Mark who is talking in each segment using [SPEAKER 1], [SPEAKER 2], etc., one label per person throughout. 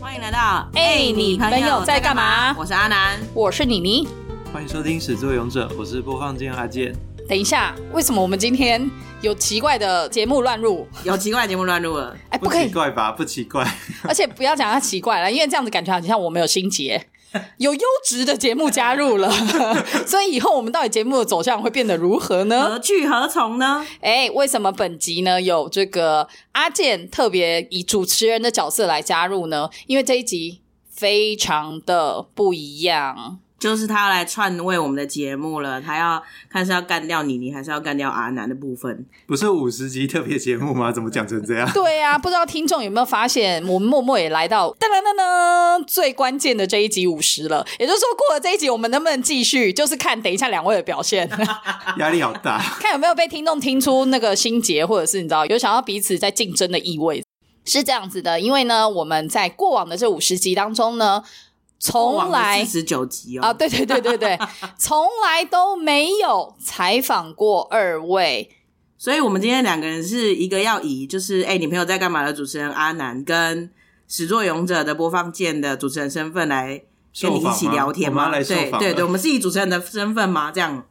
[SPEAKER 1] 欢迎来到
[SPEAKER 2] 哎你朋友在干嘛
[SPEAKER 1] 我是阿南，
[SPEAKER 2] 我是妮妮。
[SPEAKER 3] 欢迎收听《始作俑者》，我是播放键阿健。
[SPEAKER 2] 等一下，为什么我们今天有奇怪的节目乱入？
[SPEAKER 1] 有奇怪的节目乱入了，
[SPEAKER 2] 哎，不
[SPEAKER 3] 不
[SPEAKER 2] 可
[SPEAKER 3] 奇
[SPEAKER 2] 以，
[SPEAKER 3] 怪吧？不奇怪，
[SPEAKER 2] 而且不要讲它奇怪了，因为这样子感觉好像我们有心结。 有优质的节目加入 了，所以以后我们到底节目的走向会变得如何呢？
[SPEAKER 3] 啊
[SPEAKER 1] 何去何从呢？
[SPEAKER 2] 哎，为什么本集呢有这个阿健特别以主持人的角色来加入呢？因为这一集非常的不一样。？
[SPEAKER 1] 就是他要来篡位我们的节目了，他要看是要干掉你，你还是要干掉阿南的部分。
[SPEAKER 3] 不是五十集特别节目吗？怎么讲成这样
[SPEAKER 2] 对啊，不知道听众有没有发现，我们默默也来到噔噔噔噔最关键的这一集五十了。也就是说，过了这一集，我们能不能继续，就是看等一下两位的表现，
[SPEAKER 3] 压力好大。
[SPEAKER 2] 看有没有被听众听出那个心结，或者是你知道有想要彼此在竞争的意味。是这样子的，因为呢，我们在过往的这五十集当中呢，从来
[SPEAKER 1] 四十九集哦，
[SPEAKER 2] 啊，对对对对对，从来都没有采访过二位。
[SPEAKER 1] 所以我们今天两个人是一个要以就是哎、你朋友在干嘛的主持人阿南跟始作俑者的播放键的主持人身份来跟你一起
[SPEAKER 3] 受访吗
[SPEAKER 1] 聊天吗？
[SPEAKER 3] 我们要来受
[SPEAKER 1] 对
[SPEAKER 3] 访
[SPEAKER 1] 对
[SPEAKER 3] 了
[SPEAKER 1] 对，我们是以主持人的身份吗？这样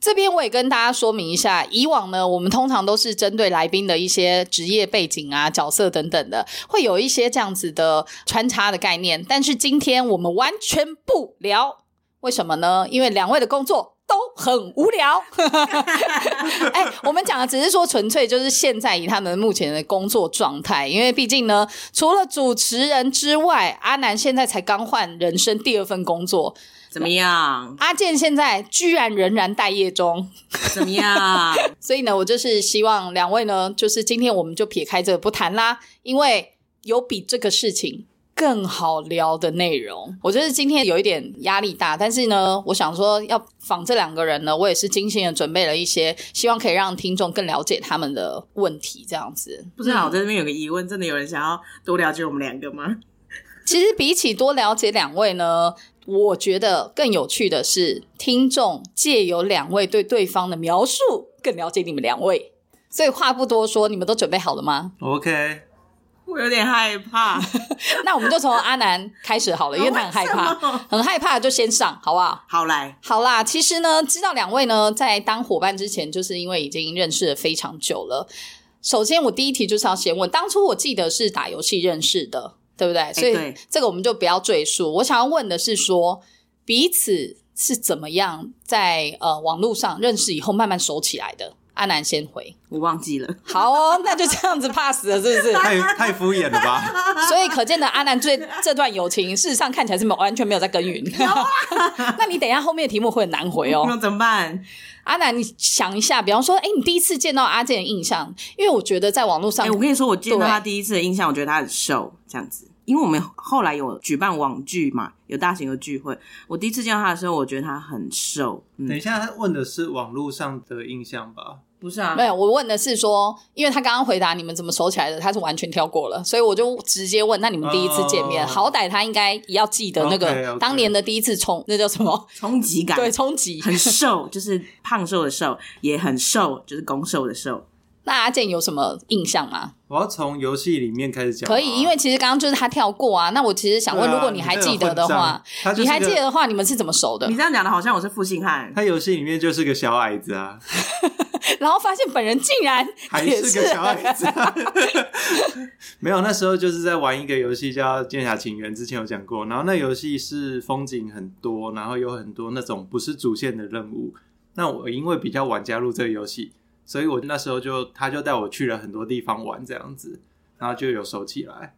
[SPEAKER 2] 这边我也跟大家说明一下，以往呢，我们通常都是针对来宾的一些职业背景啊、角色等等的，会有一些这样子的穿插的概念。但是今天我们完全不聊，为什么呢？因为两位的工作。都很无聊， 哎、我们讲的只是说纯粹就是现在以他们目前的工作状态，因为毕竟呢，除了主持人之外，阿南现在才刚换人生第二份工作，
[SPEAKER 1] 怎么样？
[SPEAKER 2] 阿健现在居然仍然待业中，
[SPEAKER 1] 怎么样？
[SPEAKER 2] 所以呢，我就是希望两位呢，就是今天我们就撇开这个不谈啦，因为有比这个事情更好聊的内容。我就是今天有一点压力大，但是呢，我想说要访这两个人呢，我也是精心的准备了一些，希望可以让听众更了解他们的问题，这样子。
[SPEAKER 1] 不知道我在这边有个疑问，真的有人想要多了解我们两个吗？
[SPEAKER 2] 其实比起多了解两位呢，我觉得更有趣的是，听众借由两位对对方的描述，更了解你们两位。所以话不多说，你们都准备好了吗？
[SPEAKER 3] OK，
[SPEAKER 1] 我有点害怕，
[SPEAKER 2] 那我们就从阿南开始好了，因为他很 害怕，
[SPEAKER 1] 怕。
[SPEAKER 2] 很害怕就先上，好不好？
[SPEAKER 1] 好来，
[SPEAKER 2] 好啦，其实呢，知道两位呢在当伙伴之前，就是因为已经认识了非常久了。首先，我第一题就是要先问，当初我记得是打游戏认识的，对不对？所以
[SPEAKER 1] 对
[SPEAKER 2] 这个我们就不要赘述。我想要问的是说，彼此是怎么样在呃网络上认识以后慢慢熟起来的？阿南先回，
[SPEAKER 1] 我忘记 了，
[SPEAKER 2] 好哦，那就这样子 pass 了，是不是？
[SPEAKER 3] 太太敷衍 了吧？
[SPEAKER 2] 所以可见的阿南这这段友情，事实上看起来是没有完全没有在耕耘。 那你等一下后面的题目会很难回
[SPEAKER 1] 那
[SPEAKER 2] 哦。
[SPEAKER 1] 怎么办？
[SPEAKER 2] 阿南，你想一下，比方说，哎、你第一次见到阿健的印象，因为我觉得在网络上，
[SPEAKER 1] 哎、我跟你说，我见到
[SPEAKER 2] 对
[SPEAKER 1] 他第一次的印象，我觉得他很瘦，这样子。因为我们后来有举办网剧嘛，有大型的聚会。我第一次见到他的时候，我觉得他很瘦。
[SPEAKER 3] 等一
[SPEAKER 1] 嗯，
[SPEAKER 3] 下，他问的是网络上的印象吧？
[SPEAKER 1] 不是啊
[SPEAKER 2] 没有，我问的是说，因为他刚刚回答你们怎么熟起来的，他是完全跳过了，所以我就直接问，那你们第一次见面，
[SPEAKER 3] 哦
[SPEAKER 2] 好歹他应该也要记得那个
[SPEAKER 3] OK，OK
[SPEAKER 2] 当年的第一次冲，那叫什么？
[SPEAKER 1] 冲击感
[SPEAKER 2] 对，冲击。
[SPEAKER 1] 很瘦， 就是胖瘦的瘦，也很瘦，就是攻瘦的瘦。
[SPEAKER 2] 那阿健有什么印象吗？
[SPEAKER 3] 我要从游戏里面开始讲吗。
[SPEAKER 2] 可以，因为其实刚刚就是他跳过啊。那我其实想问，
[SPEAKER 3] 啊对啊
[SPEAKER 2] 如果你还记得的话，，
[SPEAKER 3] 这个混账他就是
[SPEAKER 2] 你还
[SPEAKER 3] 个
[SPEAKER 2] 记得的话，你们是怎么熟的
[SPEAKER 1] 你？这样讲的好像我是负心汉，
[SPEAKER 3] 他游戏里面就是个小矮子啊，
[SPEAKER 2] 然后发现本人竟然
[SPEAKER 3] 还
[SPEAKER 2] 也
[SPEAKER 3] 是个小矮子、啊。没有，那时候就是在玩一个游戏叫《剑侠情缘》，之前有讲过。然后那游戏是风景很多，然后有很多那种不是主线的任务。那我因为比较晚加入这个游戏，所以我那时候就他就带我去了很多地方玩这样子，然后就有熟起来。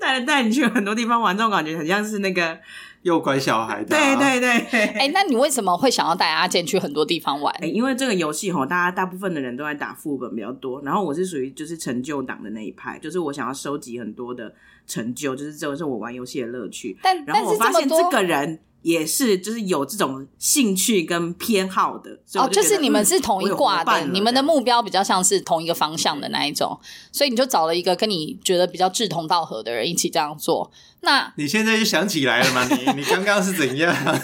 [SPEAKER 1] 带带你去很多地方玩，这种感觉很像是那个，
[SPEAKER 3] 诱拐小孩的、
[SPEAKER 1] 对
[SPEAKER 3] 啊，
[SPEAKER 1] 对对，
[SPEAKER 2] 哎、那你为什么会想要带阿健去很多地方玩？
[SPEAKER 1] 哎、因为这个游戏吼，大家大部分的人都在打副本比较多，然后我是属于就是成就党的那一派，就是我想要收集很多的成就，就是这种是我玩游戏的乐趣。
[SPEAKER 2] 但
[SPEAKER 1] 然
[SPEAKER 2] 但
[SPEAKER 1] 后我
[SPEAKER 2] 是
[SPEAKER 1] 发
[SPEAKER 2] 这么
[SPEAKER 1] 现这
[SPEAKER 2] 多
[SPEAKER 1] 个人也是就是有这种兴趣跟偏好的，所以
[SPEAKER 2] 哦
[SPEAKER 1] 我，
[SPEAKER 2] 就
[SPEAKER 1] 觉
[SPEAKER 2] 是
[SPEAKER 1] 得
[SPEAKER 2] 你们
[SPEAKER 1] 嗯
[SPEAKER 2] 是同一
[SPEAKER 1] 我有
[SPEAKER 2] 挂
[SPEAKER 1] 伙
[SPEAKER 2] 的，
[SPEAKER 1] 伴了
[SPEAKER 2] 你们的
[SPEAKER 1] 这样
[SPEAKER 2] 目标比较像是同一个方向的那一种，所以你就找了一个跟你觉得比较志同道合的人一起这样做。那
[SPEAKER 3] 你现在就想起来了吗？你你刚刚是怎样？啊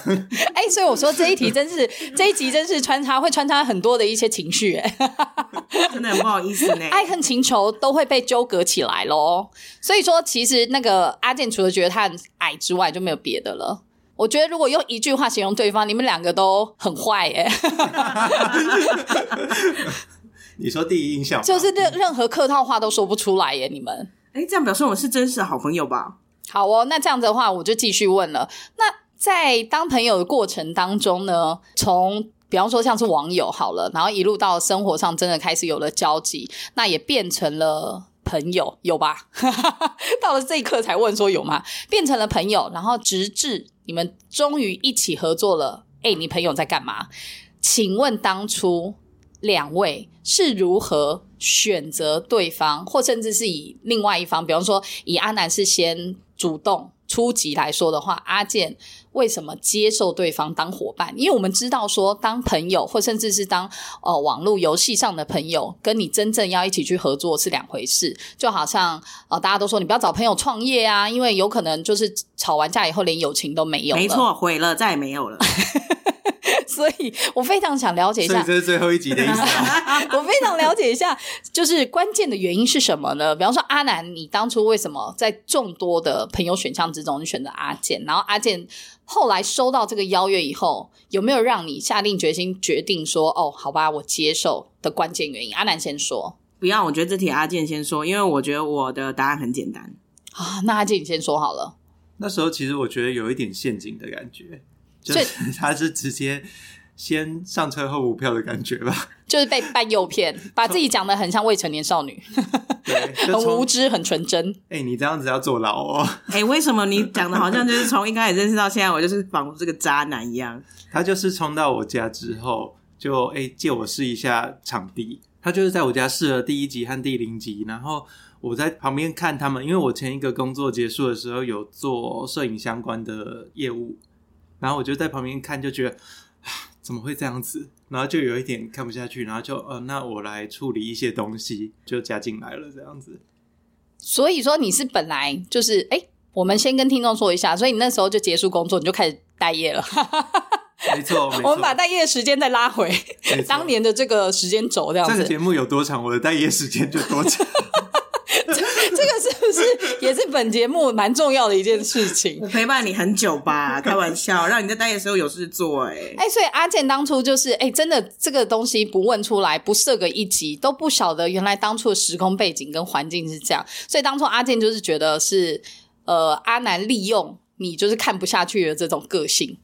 [SPEAKER 2] 哎、所以我说这一题真是这一集真是穿插会穿插很多的一些情绪，哎，
[SPEAKER 1] 真的很不好意思呢。
[SPEAKER 2] 爱恨情仇都会被纠葛起来喽。所以说，其实那个阿健除了觉得他很矮之外，就没有别的了。我觉得如果用一句话形容对方，你们两个都很坏哎、
[SPEAKER 3] 你说第一印象吗
[SPEAKER 2] 就是任任何客套话都说不出来耶、你们。
[SPEAKER 1] 哎，这样表示我们是真实的好朋友吧？
[SPEAKER 2] 好哦，那这样子的话，我就继续问了。那在当朋友的过程当中呢，从比方说像是网友好了，然后一路到生活上真的开始有了交集，那也变成了。朋友有吧？ 到了这一刻才问说有吗？变成了朋友，然后直至你们终于一起合作了。哎、你朋友在干嘛？请问当初两位是如何选择对方，或甚至是以另外一方，比方说以阿南是先主动出击来说的话，阿健为什么接受对方当伙伴？因为我们知道说，当朋友或甚至是当呃网络游戏上的朋友，跟你真正要一起去合作是两回事。就好像呃大家都说你不要找朋友创业啊，因为有可能就是吵完架以后连友情都没有了。
[SPEAKER 1] 没，错，毁了，再也没有了。
[SPEAKER 2] 所以我非常想了解一
[SPEAKER 3] 所
[SPEAKER 2] 下
[SPEAKER 3] 以这是最后一集的意思吗。
[SPEAKER 2] 我非常了解一下，就是关键的原因是什么呢？比方说阿南，你当初为什么在众多的朋友选项之中，你选择阿健？然后阿健后来收到这个邀约以后，有没有让你下定决心决定说，哦，好吧，我接受的关键原因？阿南先 说
[SPEAKER 1] 不要，我觉得这题阿健先说，因为我觉得我的答案很简单。
[SPEAKER 2] 啊，那阿健你先说好了。
[SPEAKER 3] 那时候其实我觉得有一点陷阱的感觉，就
[SPEAKER 2] 所以
[SPEAKER 3] 是他是直接先上车后补票的感觉吧？
[SPEAKER 2] 就是被半诱骗，把自己讲的很像未成年少女，
[SPEAKER 3] 对， 就
[SPEAKER 2] 很
[SPEAKER 3] 从
[SPEAKER 2] 无知，很纯真。
[SPEAKER 3] 哎、你这样子要坐牢哦。
[SPEAKER 1] 哎、为什么你讲的好像就是从一开始认识到现在，我就是仿佛这个渣男一 样？
[SPEAKER 3] 他就是冲到我家之后，就哎、借我试一下场地。他就是在我家试了第一集和第零集，然后我在旁边看他们，因为我前一个工作结束的时候有做摄影相关的业务，然后我就在旁边看，就觉得啊怎么会这样子，然后就有一点看不下去，然后就呃那我来处理一些东西，就加进来了这样子。
[SPEAKER 2] 所以说你是本来就是哎、诶我们先跟听众说一下，所以你那时候就结束工作，你就开始待业了。
[SPEAKER 3] 没错，没错。
[SPEAKER 2] 我们把待业的时间再拉回
[SPEAKER 3] 没错
[SPEAKER 2] 当年的这个时间轴，这样
[SPEAKER 3] 这
[SPEAKER 2] 子，
[SPEAKER 3] 个
[SPEAKER 2] 这
[SPEAKER 3] 节目有多长，我的待业时间就多长。
[SPEAKER 2] 个是不是也是本节目蛮重要的一件事情
[SPEAKER 1] 我？陪伴你很久吧，开玩笑，让你在待业的时候有事做、 哎，
[SPEAKER 2] 哎、所以阿健当初就是，哎、真的这个东西不问出来，不设个一集，都不晓得原来当初的时空背景跟环境是这样。所以当初阿健就是觉得是，呃，阿南利用你就是看不下去的这种个性，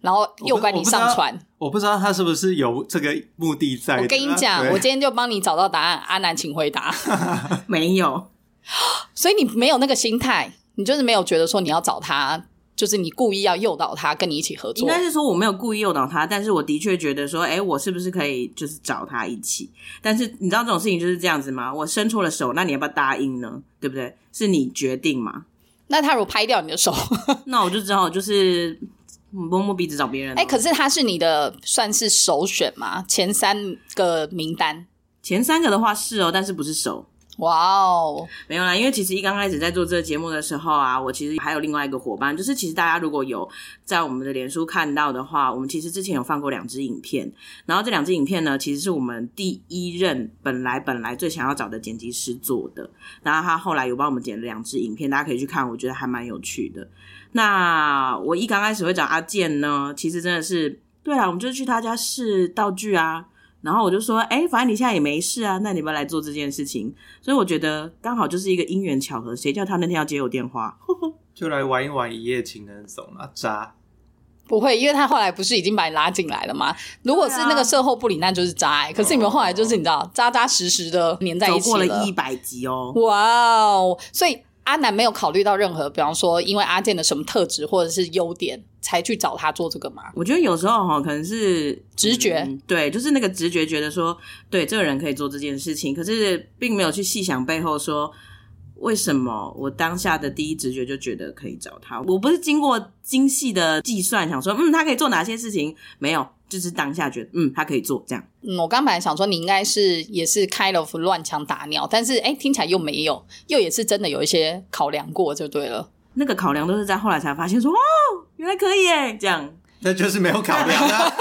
[SPEAKER 2] 然后诱拐
[SPEAKER 3] 我
[SPEAKER 2] 你
[SPEAKER 3] 不知道
[SPEAKER 2] 上船。
[SPEAKER 3] 我不知道他是不是有这个目的在的。
[SPEAKER 2] 我跟你讲，
[SPEAKER 3] 对
[SPEAKER 2] 我今天就帮你找到答案，阿南，请回答。
[SPEAKER 1] 没有，
[SPEAKER 2] 所以你没有那个心态，你就是没有觉得说你要找他，就是你故意要诱导他跟你一起合
[SPEAKER 1] 应
[SPEAKER 2] 作。
[SPEAKER 1] 该是说我没有故意诱导他，但是我的确觉得说，哎、我是不是可以就是找他一起？但是你知道这种事情就是这样子吗？我伸出了手，那你要不要答应呢？对不对？是你决定 嘛？
[SPEAKER 2] 那他如果拍掉你 的手，
[SPEAKER 1] 那我就只好就是摸摸鼻子找别人咯。啊
[SPEAKER 2] 哎、可是他是你的算是首选嘛，前三个名单。
[SPEAKER 1] 前三个的话是哦，但是不是手。
[SPEAKER 2] 哇哦，
[SPEAKER 1] 没有啦，因为其实一刚开始在做这个节目的时候啊，我其实还有另外一个伙伴，就是其实大家如果有在我们的脸书看到的话，我们其实之前有放过两支影片，然后这两支影片呢，其实是我们第一任本来本来最想要找的剪辑师做的，然后他后来有帮我们剪了两支影片，大家可以去看，我觉得还蛮有趣的。那我一刚开始会找阿健呢，其实真的是对啊啦，我们就是去他家试道具啊。然后我就说，哎，反正你现在也没事啊，那你们来做这件事情。所以我觉得刚好就是一个因缘巧合，谁叫他那天要接我电话？
[SPEAKER 3] 就来玩一玩一夜情的那种啊，渣。
[SPEAKER 2] 不会，因为他后来不是已经把你拉进来了吗？如果是那个售后不理，那就是渣、欸。可是你们后来就是你知道，扎扎实实的粘在
[SPEAKER 1] 啊走
[SPEAKER 2] 一起
[SPEAKER 1] 过了一百集哦，
[SPEAKER 2] 哇哦！所以阿南没有考虑到任何，比方说因为阿健的什么特质或者是优点，才去找他做这个吗？
[SPEAKER 1] 我觉得有时候哈、可能是
[SPEAKER 2] 直觉
[SPEAKER 1] 嗯对，就是那个直觉觉得说，对这个人可以做这件事情，可是并没有去细想背后说。为什么我当下的第一直觉就觉得可以找他？我不是经过精细的计算，想说嗯，他可以做哪些事情？没有，就是当下觉得嗯，他可以做这样。
[SPEAKER 2] 嗯，我刚本来想说你应该是也是开了副乱枪打鸟，但是哎，听起来又没有，又也是真的有一些考量过就对了。
[SPEAKER 1] 那个考量都是在后来才发现说，哦，原原来可以哎，这样
[SPEAKER 3] 那就是没有考量 啊。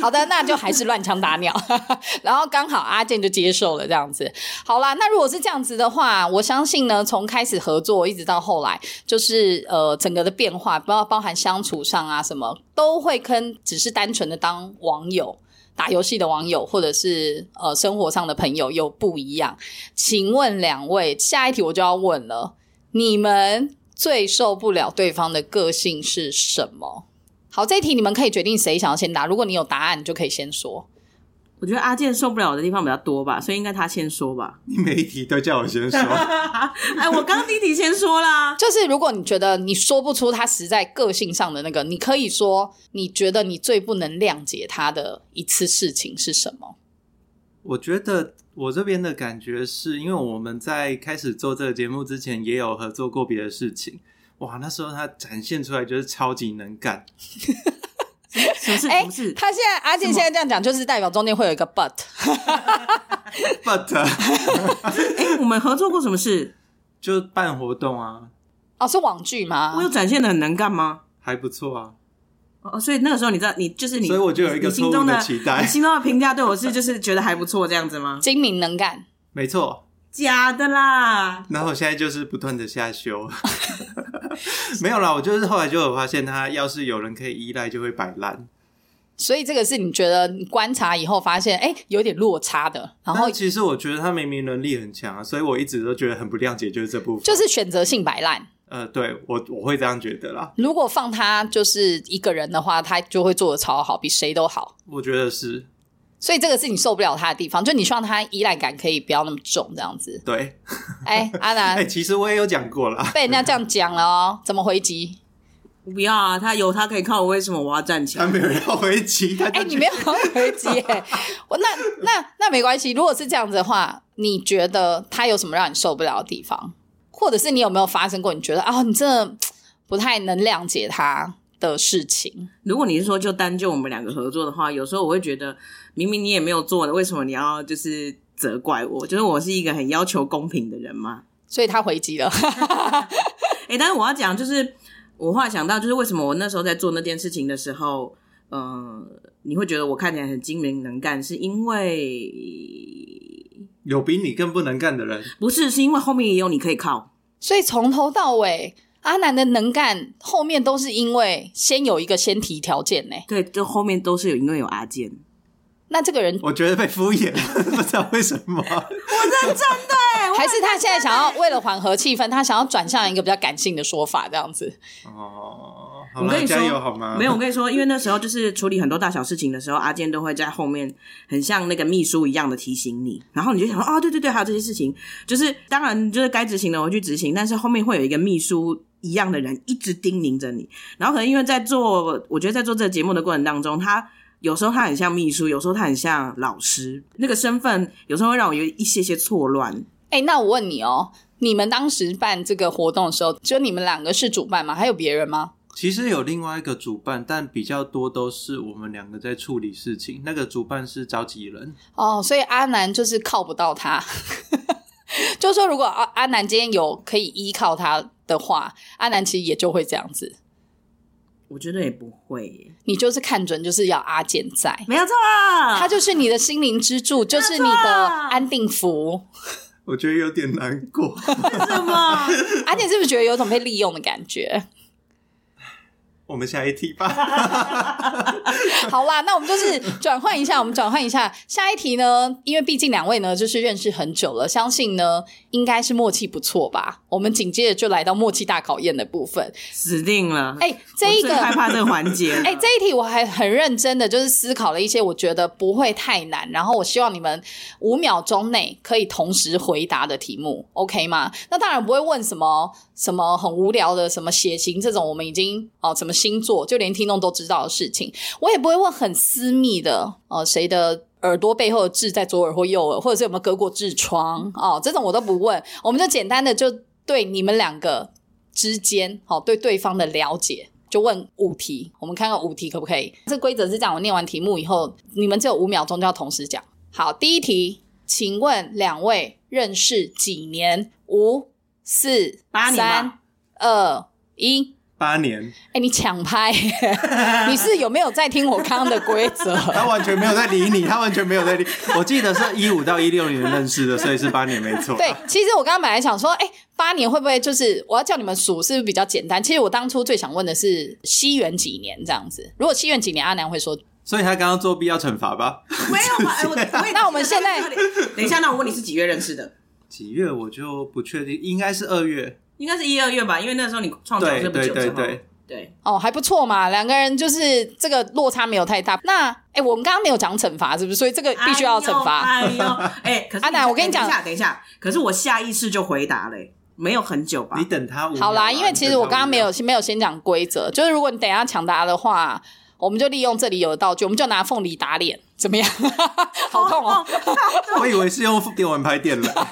[SPEAKER 2] 好的，那就还是乱枪打鸟。 然后刚好阿健就接受了这样子。好啦，那如果是这样子的话，我相信呢，从开始合作一直到后来，就是呃整个的变化，包包含相处上啊什么，都会跟只是单纯的当网友。打游戏的网友，或者是呃生活上的朋友有不一样。请问两位，下一题我就要问了，你们最受不了对方的个性是什么？好，这一题你们可以决定谁想要先答。如果你有答案，你就可以先说。，
[SPEAKER 1] 我觉得阿健受不了的地方比较多吧，所以应该他先说吧。
[SPEAKER 3] 你每一题都叫我先说，
[SPEAKER 1] 哎，我刚刚第一题先说啦
[SPEAKER 2] 就是如果你觉得你说不出他实在个性上的那个，你可以说你觉得你最不能谅解他的一次事情是什么？
[SPEAKER 3] 我觉得我这边的感觉是因为我们在开始做这个节目之前，也有合作过别的事情。哇，那时候他展现出来就是超级能干，
[SPEAKER 1] 什么事？
[SPEAKER 2] 哎、
[SPEAKER 1] 什么事？
[SPEAKER 2] 他现在阿健现在这样讲，就是代表中间会有一个 but。
[SPEAKER 3] but 呃
[SPEAKER 1] 哎，我们合作过什么事？
[SPEAKER 3] 就办活动啊，
[SPEAKER 2] 哦，是网剧吗？
[SPEAKER 1] 我有展现的很能干吗？
[SPEAKER 3] 还不错啊。
[SPEAKER 1] 哦，所以那个时候你知道，你就是你，
[SPEAKER 3] 所以我就有一个
[SPEAKER 1] 你心
[SPEAKER 3] 错误
[SPEAKER 1] 中
[SPEAKER 3] 的
[SPEAKER 1] 的
[SPEAKER 3] 期待
[SPEAKER 1] 你心中的评价对我是就是觉得还不错这样子 吗？
[SPEAKER 2] 精明能干，
[SPEAKER 3] 没错，
[SPEAKER 1] 假的啦，
[SPEAKER 3] 然后我现在就是不断的下修， 没有啦，我就是后来就有发现，他要是有人可以依赖，就会摆烂。
[SPEAKER 2] 所以这个是你觉得你观察以后发现，哎、有点落差的，然后
[SPEAKER 3] 但其实我觉得他明明能力很强啊，所以我一直都觉得很不谅解，就是这部分。
[SPEAKER 2] 就是选择性摆烂。
[SPEAKER 3] 呃，对我我会这样觉得啦，
[SPEAKER 2] 如果放他就是一个人的话，他就会做的超好，比谁都好。
[SPEAKER 3] 我觉得是
[SPEAKER 2] 所以这个是你受不了他的地方，就你希望他依赖感可以不要那么重，这样子。
[SPEAKER 3] 对。
[SPEAKER 2] 哎、阿
[SPEAKER 3] 哎、
[SPEAKER 2] 南
[SPEAKER 3] 其实我也有讲过啦，
[SPEAKER 2] 被人家这样讲了哦，怎么回击？
[SPEAKER 1] 我不要啊，他有他可以靠我，为什么我要站起
[SPEAKER 3] 他
[SPEAKER 1] 来？
[SPEAKER 3] 没有要回击，他
[SPEAKER 2] 哎、
[SPEAKER 3] 就
[SPEAKER 2] 你没
[SPEAKER 3] 觉得
[SPEAKER 2] 有回击、哎，我那那那没关系。如果是这样子的话，你觉得他有什么让你受不了的地方，或者是你有没有发生过你觉得啊、你真的不太能谅解他的事情？
[SPEAKER 1] 如果你是说就单就我们两个合作的话，有时候我会觉得，明明你也没有做的，为什么你要就是责怪我？就是我是一个很要求公平的人嘛。
[SPEAKER 2] 所以他回击了。
[SPEAKER 1] 哎、但是我要讲，就是我后来想到，就是为什么我那时候在做那件事情的时候，嗯、你会觉得我看起来很精明能干，是因为
[SPEAKER 3] 有比你更不能干的人，
[SPEAKER 1] 不是，是因为后面也有你可以靠。
[SPEAKER 2] 所以从头到尾，阿南的能干后面都是因为先有一个先提条件呢、
[SPEAKER 1] 对，就后面都是有因为有阿健，
[SPEAKER 2] 那这个人
[SPEAKER 3] 我觉得被敷衍， 不知道为什么。
[SPEAKER 2] 还是他现在想要为了缓和气氛，他想要转向一个比较感性的说法，这样子。
[SPEAKER 3] 哦，
[SPEAKER 1] 我
[SPEAKER 3] 好
[SPEAKER 1] 跟
[SPEAKER 3] 啦，
[SPEAKER 1] 你说
[SPEAKER 3] 加油好吗？
[SPEAKER 1] 没有，我跟你说，因为那时候就是处理很多大小事情的时候，阿健都会在后面很像那个秘书一样的提醒你，然后你就想说，哦，对对对，还有这些事情，就是当然就是该执行的我去执行，但是后面会有一个秘书一样的人一直叮咛着你，然后可能因为在做，我觉得在做这个节目的过程当中，他。有时候他很像秘书，有时候他很像老师，那个身份有时候会让我有一些些错乱。
[SPEAKER 2] 哎、那我问你哦，你们当时办这个活动的时候，只有你们两个是主办吗？还有别人吗？
[SPEAKER 3] 其实有另外一个主办，但比较多都是我们两个在处理事情。那个主办是召集人，
[SPEAKER 2] 哦，所以阿南就是靠不到他。 就说如果阿阿南今天有可以依靠他的话，阿南其实也就会这样子。
[SPEAKER 1] 我觉得也不会耶，
[SPEAKER 2] 你就是看准就是要阿健在，
[SPEAKER 1] 没有错啊，
[SPEAKER 2] 他就是你的心灵支柱，就是你的安定符。
[SPEAKER 3] 我觉得有点难过。
[SPEAKER 1] 什 么？
[SPEAKER 2] 阿健是不是觉得有种被利用的感觉？
[SPEAKER 3] 我们下一题吧。
[SPEAKER 2] 好啦，那我们就是转换一下，我们转换一下下一题呢，因为毕竟两位呢就是认识很久了，相信呢应该是默契不错吧。我们紧接着就来到默契大考验的部分。
[SPEAKER 1] 死定了！
[SPEAKER 2] 哎、这一
[SPEAKER 1] 我最
[SPEAKER 2] 个，
[SPEAKER 1] 害
[SPEAKER 2] 哎、
[SPEAKER 1] 怕这个环节了。
[SPEAKER 2] 这一题我还很认真的，就是思考了一些我觉得不会太难，然后我希望你们五秒钟内可以同时回答的题目，OK 吗？那当然不会问什么什么很无聊的什么血型这种，我们已经哦什么星座，就连听众都知道的事情。我也不会问很私密的，哦，谁的耳朵背后的痣在左耳或右耳，或者是有没有割过痔疮哦，这种我都不问，我们就简单的就对你们两个之间，哦，对对方的了解。就问五题，我们看看五题可不可以？这规则是这样：我念完题目以后，你们只有五秒钟就要同时讲。好，第一题，请问两位认识几年？五、四、
[SPEAKER 1] 八年吧
[SPEAKER 2] 三、二、一。
[SPEAKER 3] 八年，
[SPEAKER 2] 哎、你抢拍， 你是有没有在听我刚刚的规则？
[SPEAKER 3] 他完全没有在理你，他完全没有在理。 我记得是一五到一六年认识的，所以是八年没错。
[SPEAKER 2] 对，其实我刚刚本来想说，哎、八年会不会就是我要叫你们数，是不是比较简单？其实我当初最想问的是西元几年这样子。如果西元几年，阿南会说
[SPEAKER 3] 所以他刚刚作弊要惩罚吧？
[SPEAKER 1] 没有吧？哎我我也
[SPEAKER 2] 那我们现在
[SPEAKER 1] 等一下，那我问你是几月认识的？
[SPEAKER 3] 几月我就不确定，应该是二月。
[SPEAKER 1] 应该是一二月吧，因为那时候你创造
[SPEAKER 3] 对
[SPEAKER 1] 是不
[SPEAKER 3] 对
[SPEAKER 1] 久之
[SPEAKER 3] 对
[SPEAKER 1] 后，
[SPEAKER 3] 对，
[SPEAKER 1] 对
[SPEAKER 2] 哦，还不错嘛，两个人就是这个落差没有太大。那哎、我们刚刚没有讲惩罚，是不是？所以这个必须要惩罚。
[SPEAKER 1] 哎呦，哎呦，哎，可是
[SPEAKER 2] 阿南我跟你讲
[SPEAKER 1] 等一下，等一下，可是我下意识就回答嘞，没有很久吧
[SPEAKER 3] 你？等他五秒啊。
[SPEAKER 2] 好啦，因为其实我刚刚没有
[SPEAKER 3] 你
[SPEAKER 2] 没有先讲规则，就是如果你等一下抢答的话，我们就利用这里有的道具，我们就拿凤梨打脸，怎么样？ 好痛 哦！
[SPEAKER 3] 等他五秒，我以为是用电蚊拍电了。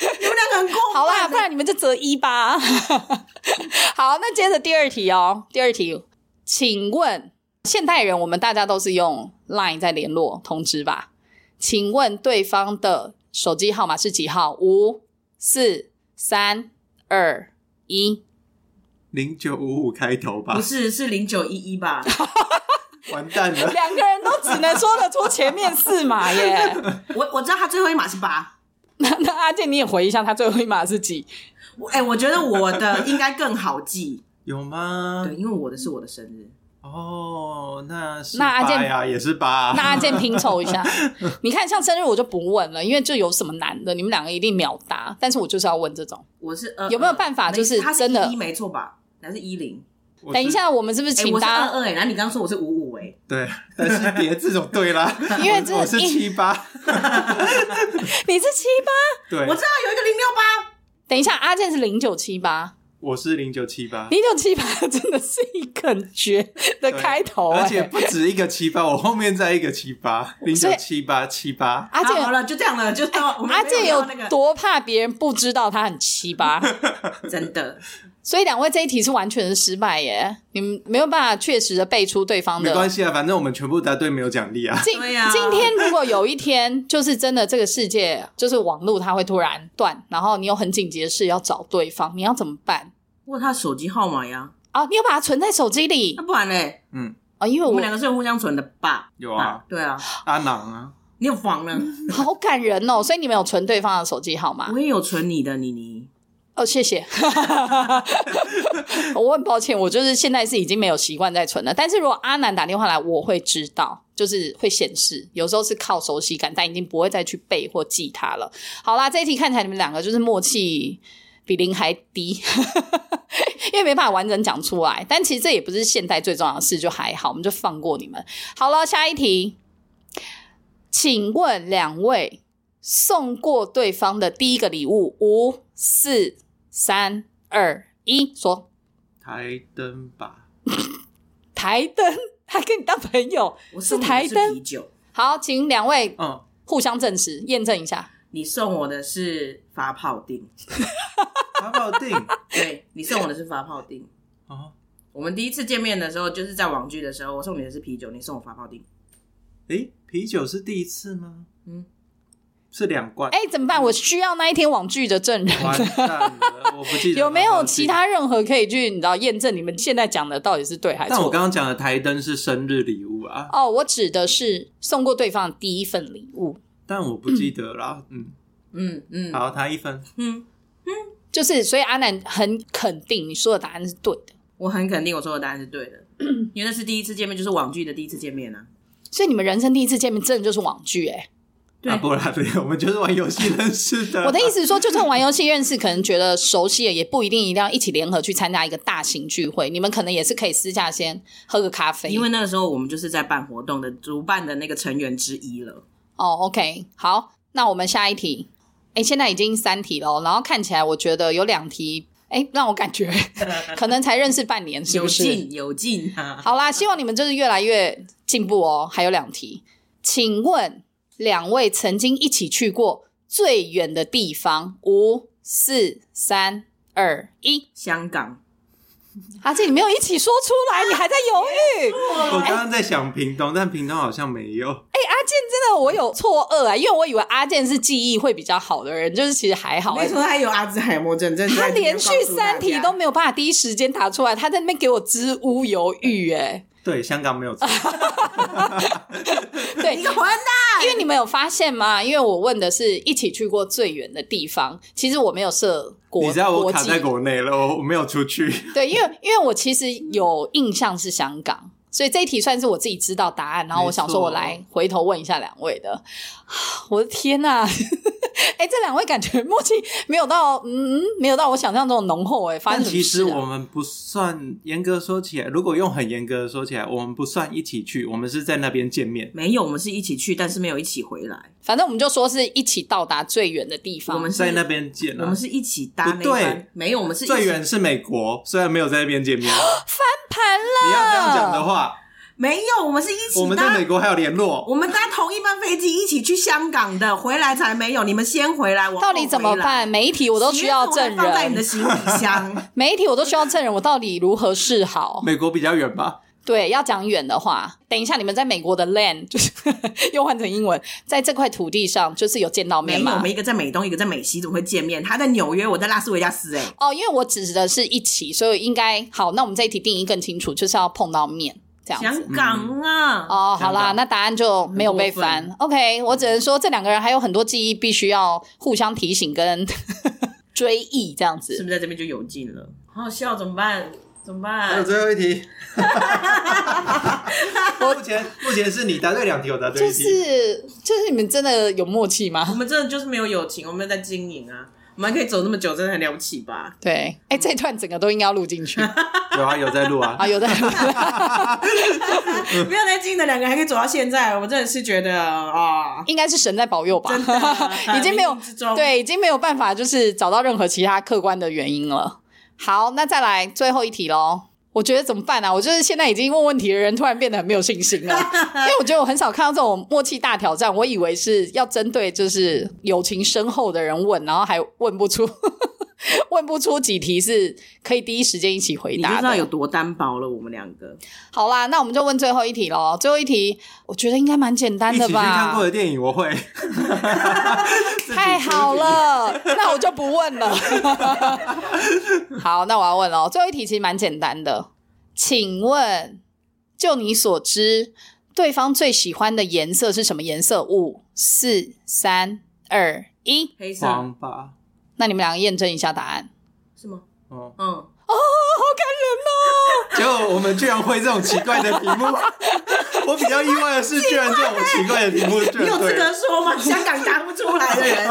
[SPEAKER 1] 你们两个很过分。欸
[SPEAKER 2] 好啦，不然你们就折一吧。 好，那接着第二题哦，第二题，请问现代人我们大家都是用 Line 在联络通知吧？请问对方的手机号码是几号？五、四、三、二、一。
[SPEAKER 3] 零九五五开头吧
[SPEAKER 1] 不，是是零九一一吧？
[SPEAKER 3] 完蛋了。
[SPEAKER 2] 两个人都只能说得出前面四码耶。
[SPEAKER 1] 我我知道他最后一码是八。
[SPEAKER 2] 那那阿健，你也回一下，他最后一码是几？
[SPEAKER 1] 我哎、我觉得我的应该更好记，
[SPEAKER 3] 有吗？
[SPEAKER 1] 对，因为我的是我的生日。
[SPEAKER 3] 哦，那是
[SPEAKER 2] 那阿健
[SPEAKER 3] 八呀，也是八、
[SPEAKER 2] 那阿健拼凑一下。你看，像生日我就不问了，因为就有什么难的，你们两个一定秒答。但是我就是要问这种。
[SPEAKER 1] 我是二
[SPEAKER 2] 有没有办法就是
[SPEAKER 1] 他是
[SPEAKER 2] 真的
[SPEAKER 1] 一没错吧？还是一零？
[SPEAKER 3] 我是
[SPEAKER 2] 等一，下，我们是不是
[SPEAKER 1] 哎，
[SPEAKER 2] 请
[SPEAKER 1] 我是
[SPEAKER 2] 大
[SPEAKER 1] 二
[SPEAKER 2] 家？
[SPEAKER 1] 二哎，然后你刚刚说我是五五哎，
[SPEAKER 3] 对，但是别这种对 啦，
[SPEAKER 2] 因为
[SPEAKER 3] 我
[SPEAKER 2] 这
[SPEAKER 3] 我是
[SPEAKER 2] 一
[SPEAKER 3] 七八，
[SPEAKER 2] 你是七八？
[SPEAKER 3] 对，
[SPEAKER 1] 我知道有一个零六八，
[SPEAKER 2] 等一下，阿健是零九七
[SPEAKER 1] 啊
[SPEAKER 2] 八，
[SPEAKER 3] 我是零九七八，
[SPEAKER 2] 零九七八 真的是一个很绝的
[SPEAKER 3] 对
[SPEAKER 2] 开头哎、
[SPEAKER 3] 而且不止一个七八，我后面再一个七八，零
[SPEAKER 2] 哦所
[SPEAKER 3] 九
[SPEAKER 2] 以
[SPEAKER 3] 七八七八，
[SPEAKER 2] 阿
[SPEAKER 1] 啊好好
[SPEAKER 2] 健。
[SPEAKER 1] 了，就这样了，就到我们
[SPEAKER 2] 阿
[SPEAKER 1] 没
[SPEAKER 2] 健
[SPEAKER 1] 有
[SPEAKER 2] 有
[SPEAKER 1] 到那个
[SPEAKER 2] 多怕别人不知道他很七 八，
[SPEAKER 1] 真的，
[SPEAKER 2] 所以两位这一题是完全的失败耶，你们没有办法确实的背出对方
[SPEAKER 3] 没
[SPEAKER 2] 的
[SPEAKER 3] 关系啊，反正我们全部答对没有奖励啊。
[SPEAKER 2] 今
[SPEAKER 1] 对呀
[SPEAKER 2] 今天如果有一天，就是真的这个世界，就是网络它会突然断，然后你有很紧急的事要找对方，你要怎么办？
[SPEAKER 1] 问他手机号码呀，
[SPEAKER 2] 啊，你有把它存在手机里
[SPEAKER 1] 那不然嘞，
[SPEAKER 3] 嗯，
[SPEAKER 2] 啊、因为
[SPEAKER 1] 我
[SPEAKER 2] 我
[SPEAKER 1] 们两个是互相存的吧？
[SPEAKER 3] 有啊
[SPEAKER 1] 吧，对啊，
[SPEAKER 3] 阿郎啊，
[SPEAKER 1] 你有房呢，
[SPEAKER 2] 好感人哦，所以你们有存对方的手机号码
[SPEAKER 1] 我也有存你的，妮妮。
[SPEAKER 2] 哦，谢谢。我很抱歉，我就是现在是已经没有习惯在存了，但是如果阿南打电话来，我会知道，就是会显示，有时候是靠熟悉感，但已经不会再去背或记它了。好啦，这一题看起来你们两个就是默契比零还低， 因为没办法完整讲出来。但其实这也不是现代最重要的事，就还好，我们就放过你们。好了，下一题，请问两位送过对方的第一个礼物，五、四、三、二、一，说
[SPEAKER 3] 台灯吧，
[SPEAKER 2] 台灯，还跟你当朋友
[SPEAKER 1] 我
[SPEAKER 2] 是
[SPEAKER 1] 送你的
[SPEAKER 2] 台
[SPEAKER 1] 是
[SPEAKER 2] 灯
[SPEAKER 1] 啤。酒，
[SPEAKER 2] 好，请两位
[SPEAKER 3] 嗯，
[SPEAKER 2] 互相证实、验证一下。
[SPEAKER 1] 你送我的是发泡钉，
[SPEAKER 3] 阿宝定，
[SPEAKER 1] 对你送我的是发泡钉。
[SPEAKER 3] 哦，
[SPEAKER 1] 我们第一次见面的时候，就是在网剧的时候，我送你的是啤酒，你送我发泡钉。
[SPEAKER 3] 诶，啤酒是第一次吗？
[SPEAKER 1] 嗯，
[SPEAKER 3] 是两罐，
[SPEAKER 2] 哎，怎么办？我需要那一天网剧的证人。
[SPEAKER 3] 完蛋了，我不记得
[SPEAKER 2] 有没有
[SPEAKER 3] 阿宝定
[SPEAKER 2] 其他任何可以去你知道验证你们现在讲的到底是对还是
[SPEAKER 3] 但我
[SPEAKER 2] 错？
[SPEAKER 3] 刚刚讲的台灯是生日礼物啊，
[SPEAKER 2] 哦，我指的是送过对方的第一份礼物，
[SPEAKER 3] 但我不记得啦。嗯，
[SPEAKER 1] 嗯嗯
[SPEAKER 3] 好，他一分。
[SPEAKER 1] 嗯，
[SPEAKER 2] 就是所以阿南很肯定你说的答案是对的，
[SPEAKER 1] 我很肯定我说的答案是对的，因为那是第一次见面，就是网剧的第一次见面啊。
[SPEAKER 2] 所以你们人生第一次见面真的就是网剧哎、
[SPEAKER 1] 对
[SPEAKER 3] 啊，不啦，对，我们就是玩游戏认识 的。
[SPEAKER 2] 我的意思是说，就算玩游戏认识，可能觉得熟悉了，也不一定一定要一起联合去参加一个大型聚会。你们可能也是可以私下先喝个咖啡，
[SPEAKER 1] 因为那个时候我们就是在办活动的主办的那个成员之一了。
[SPEAKER 2] 哦，OK，好，那我们下一题。哎，现在已经三题了哦，然后看起来我觉得有两题，哎，让我 感觉可能才认识半年，是
[SPEAKER 1] 有
[SPEAKER 2] 不是？
[SPEAKER 1] 劲有劲啊！
[SPEAKER 2] 好啦，希望你们就是越来越进步哦。还有两题，请问两位曾经一起去过最远的地方？五、四、三、二、一。
[SPEAKER 1] 香港，
[SPEAKER 2] 阿健，你没有一起说出来，你还在犹豫。
[SPEAKER 3] 我刚刚在想屏东，但屏东好像没有。
[SPEAKER 2] 哎、阿健真的我有错愕啊，因为我以为阿健是记忆会比较好的人，就是其实还好、
[SPEAKER 1] 我跟你说，他有阿兹海默症，真的。
[SPEAKER 2] 他连续三题都没有办法第一时间答出来，他在那边给我支吾犹豫、哎，
[SPEAKER 3] 对，香港没有吃。
[SPEAKER 2] 对，
[SPEAKER 1] 你个混蛋！
[SPEAKER 2] 因为你们有发现吗？因为我问的是一起去过最远的地方，其实我没有设国，
[SPEAKER 3] 你知道我
[SPEAKER 2] 国
[SPEAKER 3] 卡
[SPEAKER 2] 际
[SPEAKER 3] 在国内了，我我没有出去。
[SPEAKER 2] 对，因为因为我其实有印象是香港，所以这一题算是我自己知道答案，然后我想说我来回头问一下两位的。啊我的天呐、 哎、这两位感觉默契没有到，嗯，没有到我想象中的浓厚哎、发
[SPEAKER 3] 但
[SPEAKER 2] 生什
[SPEAKER 3] 其
[SPEAKER 2] 么
[SPEAKER 3] 实
[SPEAKER 2] 事啊、
[SPEAKER 3] 我们不算严格说起来，如果用很严格的说起来，我们不算一起去，我们是在那边见面。
[SPEAKER 1] 没有，我们是一起去，但是没有一起回来。
[SPEAKER 2] 反正我们就说是一起到达最远的地方。
[SPEAKER 1] 我们是
[SPEAKER 3] 在那边见
[SPEAKER 1] 我
[SPEAKER 3] 啊
[SPEAKER 1] 们。是一起搭那
[SPEAKER 3] 不
[SPEAKER 1] 一
[SPEAKER 3] 对
[SPEAKER 1] 班，没有，我们是一起
[SPEAKER 3] 最远是美国，虽然没有在那边见面。
[SPEAKER 2] 盘了，
[SPEAKER 3] 你要这样讲的话，
[SPEAKER 1] 没有，我们是一起搭。
[SPEAKER 3] 我们在美国还有联络。
[SPEAKER 1] 我们搭同一班飞机一起去香港的，回来才没有。你们先回来，我
[SPEAKER 2] 到底怎么
[SPEAKER 1] 哦后回来
[SPEAKER 2] 办？？每一题我都需要证
[SPEAKER 1] 鞋子我还放在你的
[SPEAKER 2] 人，
[SPEAKER 1] 行李 箱。
[SPEAKER 2] 每一题我都需要证人，我到底如何是好？
[SPEAKER 3] 美国比较远吧？
[SPEAKER 2] 对，要讲远的话，等一下你们在美国的 land 就是又换成英文，在这块土地上就是有见到
[SPEAKER 1] 没
[SPEAKER 2] 面
[SPEAKER 1] 有，我
[SPEAKER 2] 吗
[SPEAKER 1] 们？一个在美东，一个在美西，怎么会见面？他在纽约，我在拉斯维加斯、 哎，
[SPEAKER 2] 哦，因为我指的是一起，所以应该好。那我们这一题定义更清楚，就是要碰到面这样子。
[SPEAKER 1] 香港啊，
[SPEAKER 2] 哦，好
[SPEAKER 3] 香
[SPEAKER 2] 啦，
[SPEAKER 3] 港
[SPEAKER 2] 那答案就没有被
[SPEAKER 1] 很
[SPEAKER 2] 翻。OK，我只能说这两个人还有很多记忆必须要互相提醒跟 追忆这样
[SPEAKER 1] 是
[SPEAKER 2] 子
[SPEAKER 1] 不。是在这边就有劲了？好好笑，怎么办？怎么
[SPEAKER 3] 还有
[SPEAKER 1] 办？
[SPEAKER 3] 最后一题。 目前目前是你答对两题，我答对
[SPEAKER 2] 就
[SPEAKER 3] 一题。
[SPEAKER 2] 是就是你们真的有默契
[SPEAKER 1] 我
[SPEAKER 2] 吗？
[SPEAKER 1] 们真的就是没有友情，我们在经营啊，我们还可以走那么久，真的很了不起吧？
[SPEAKER 2] 对，哎、这一段整个都应该要录进 去
[SPEAKER 3] 有啊，有在录啊
[SPEAKER 2] 啊！。有的
[SPEAKER 1] 没有在经营的两个还可以走到现在，我真的是觉得啊。
[SPEAKER 2] 应该是神在保佑吧，
[SPEAKER 1] 真的啊
[SPEAKER 2] 已经没有
[SPEAKER 1] 冥冥之中
[SPEAKER 2] 对，已经没有办法就是找到任何其他客观的原因了。好，那再来最后一题喽。我觉得怎么办啊？我就是现在已经问问题的人，突然变得很没有信 心了，因为我觉得我很少看到这种默契大挑战。我以为是要针对就是友情深厚的人问，然后还问不出， 问不出几题是可以第一时间一起回
[SPEAKER 1] 你
[SPEAKER 2] 答
[SPEAKER 1] 就
[SPEAKER 2] 的。
[SPEAKER 1] 知道有多单薄了，我们两个。
[SPEAKER 2] 好啦，那我们就问最后一题喽。最后一题，我觉得应该蛮简单
[SPEAKER 3] 一
[SPEAKER 2] 的
[SPEAKER 3] 起
[SPEAKER 2] 吧。
[SPEAKER 3] 去看过的电影，我会。
[SPEAKER 2] 太好了， 那我就不问了。 好，那我要问喽。最后一题其实蛮简单的，请问，就你所知，对方最喜欢的颜色是什么颜色？五、四、三、二、一。
[SPEAKER 1] 黑色
[SPEAKER 3] 黄吧？
[SPEAKER 2] 那你们两个验证一下答案。
[SPEAKER 1] 是吗？
[SPEAKER 3] 哦，
[SPEAKER 1] 嗯，
[SPEAKER 3] 结果我们居然会这种奇怪的题目。 我比较意外的是，居然这种奇怪的题目居
[SPEAKER 1] 你有
[SPEAKER 3] 然
[SPEAKER 1] 资
[SPEAKER 3] 对
[SPEAKER 1] 格
[SPEAKER 3] 了。
[SPEAKER 1] 说吗？香港答不出来的 人，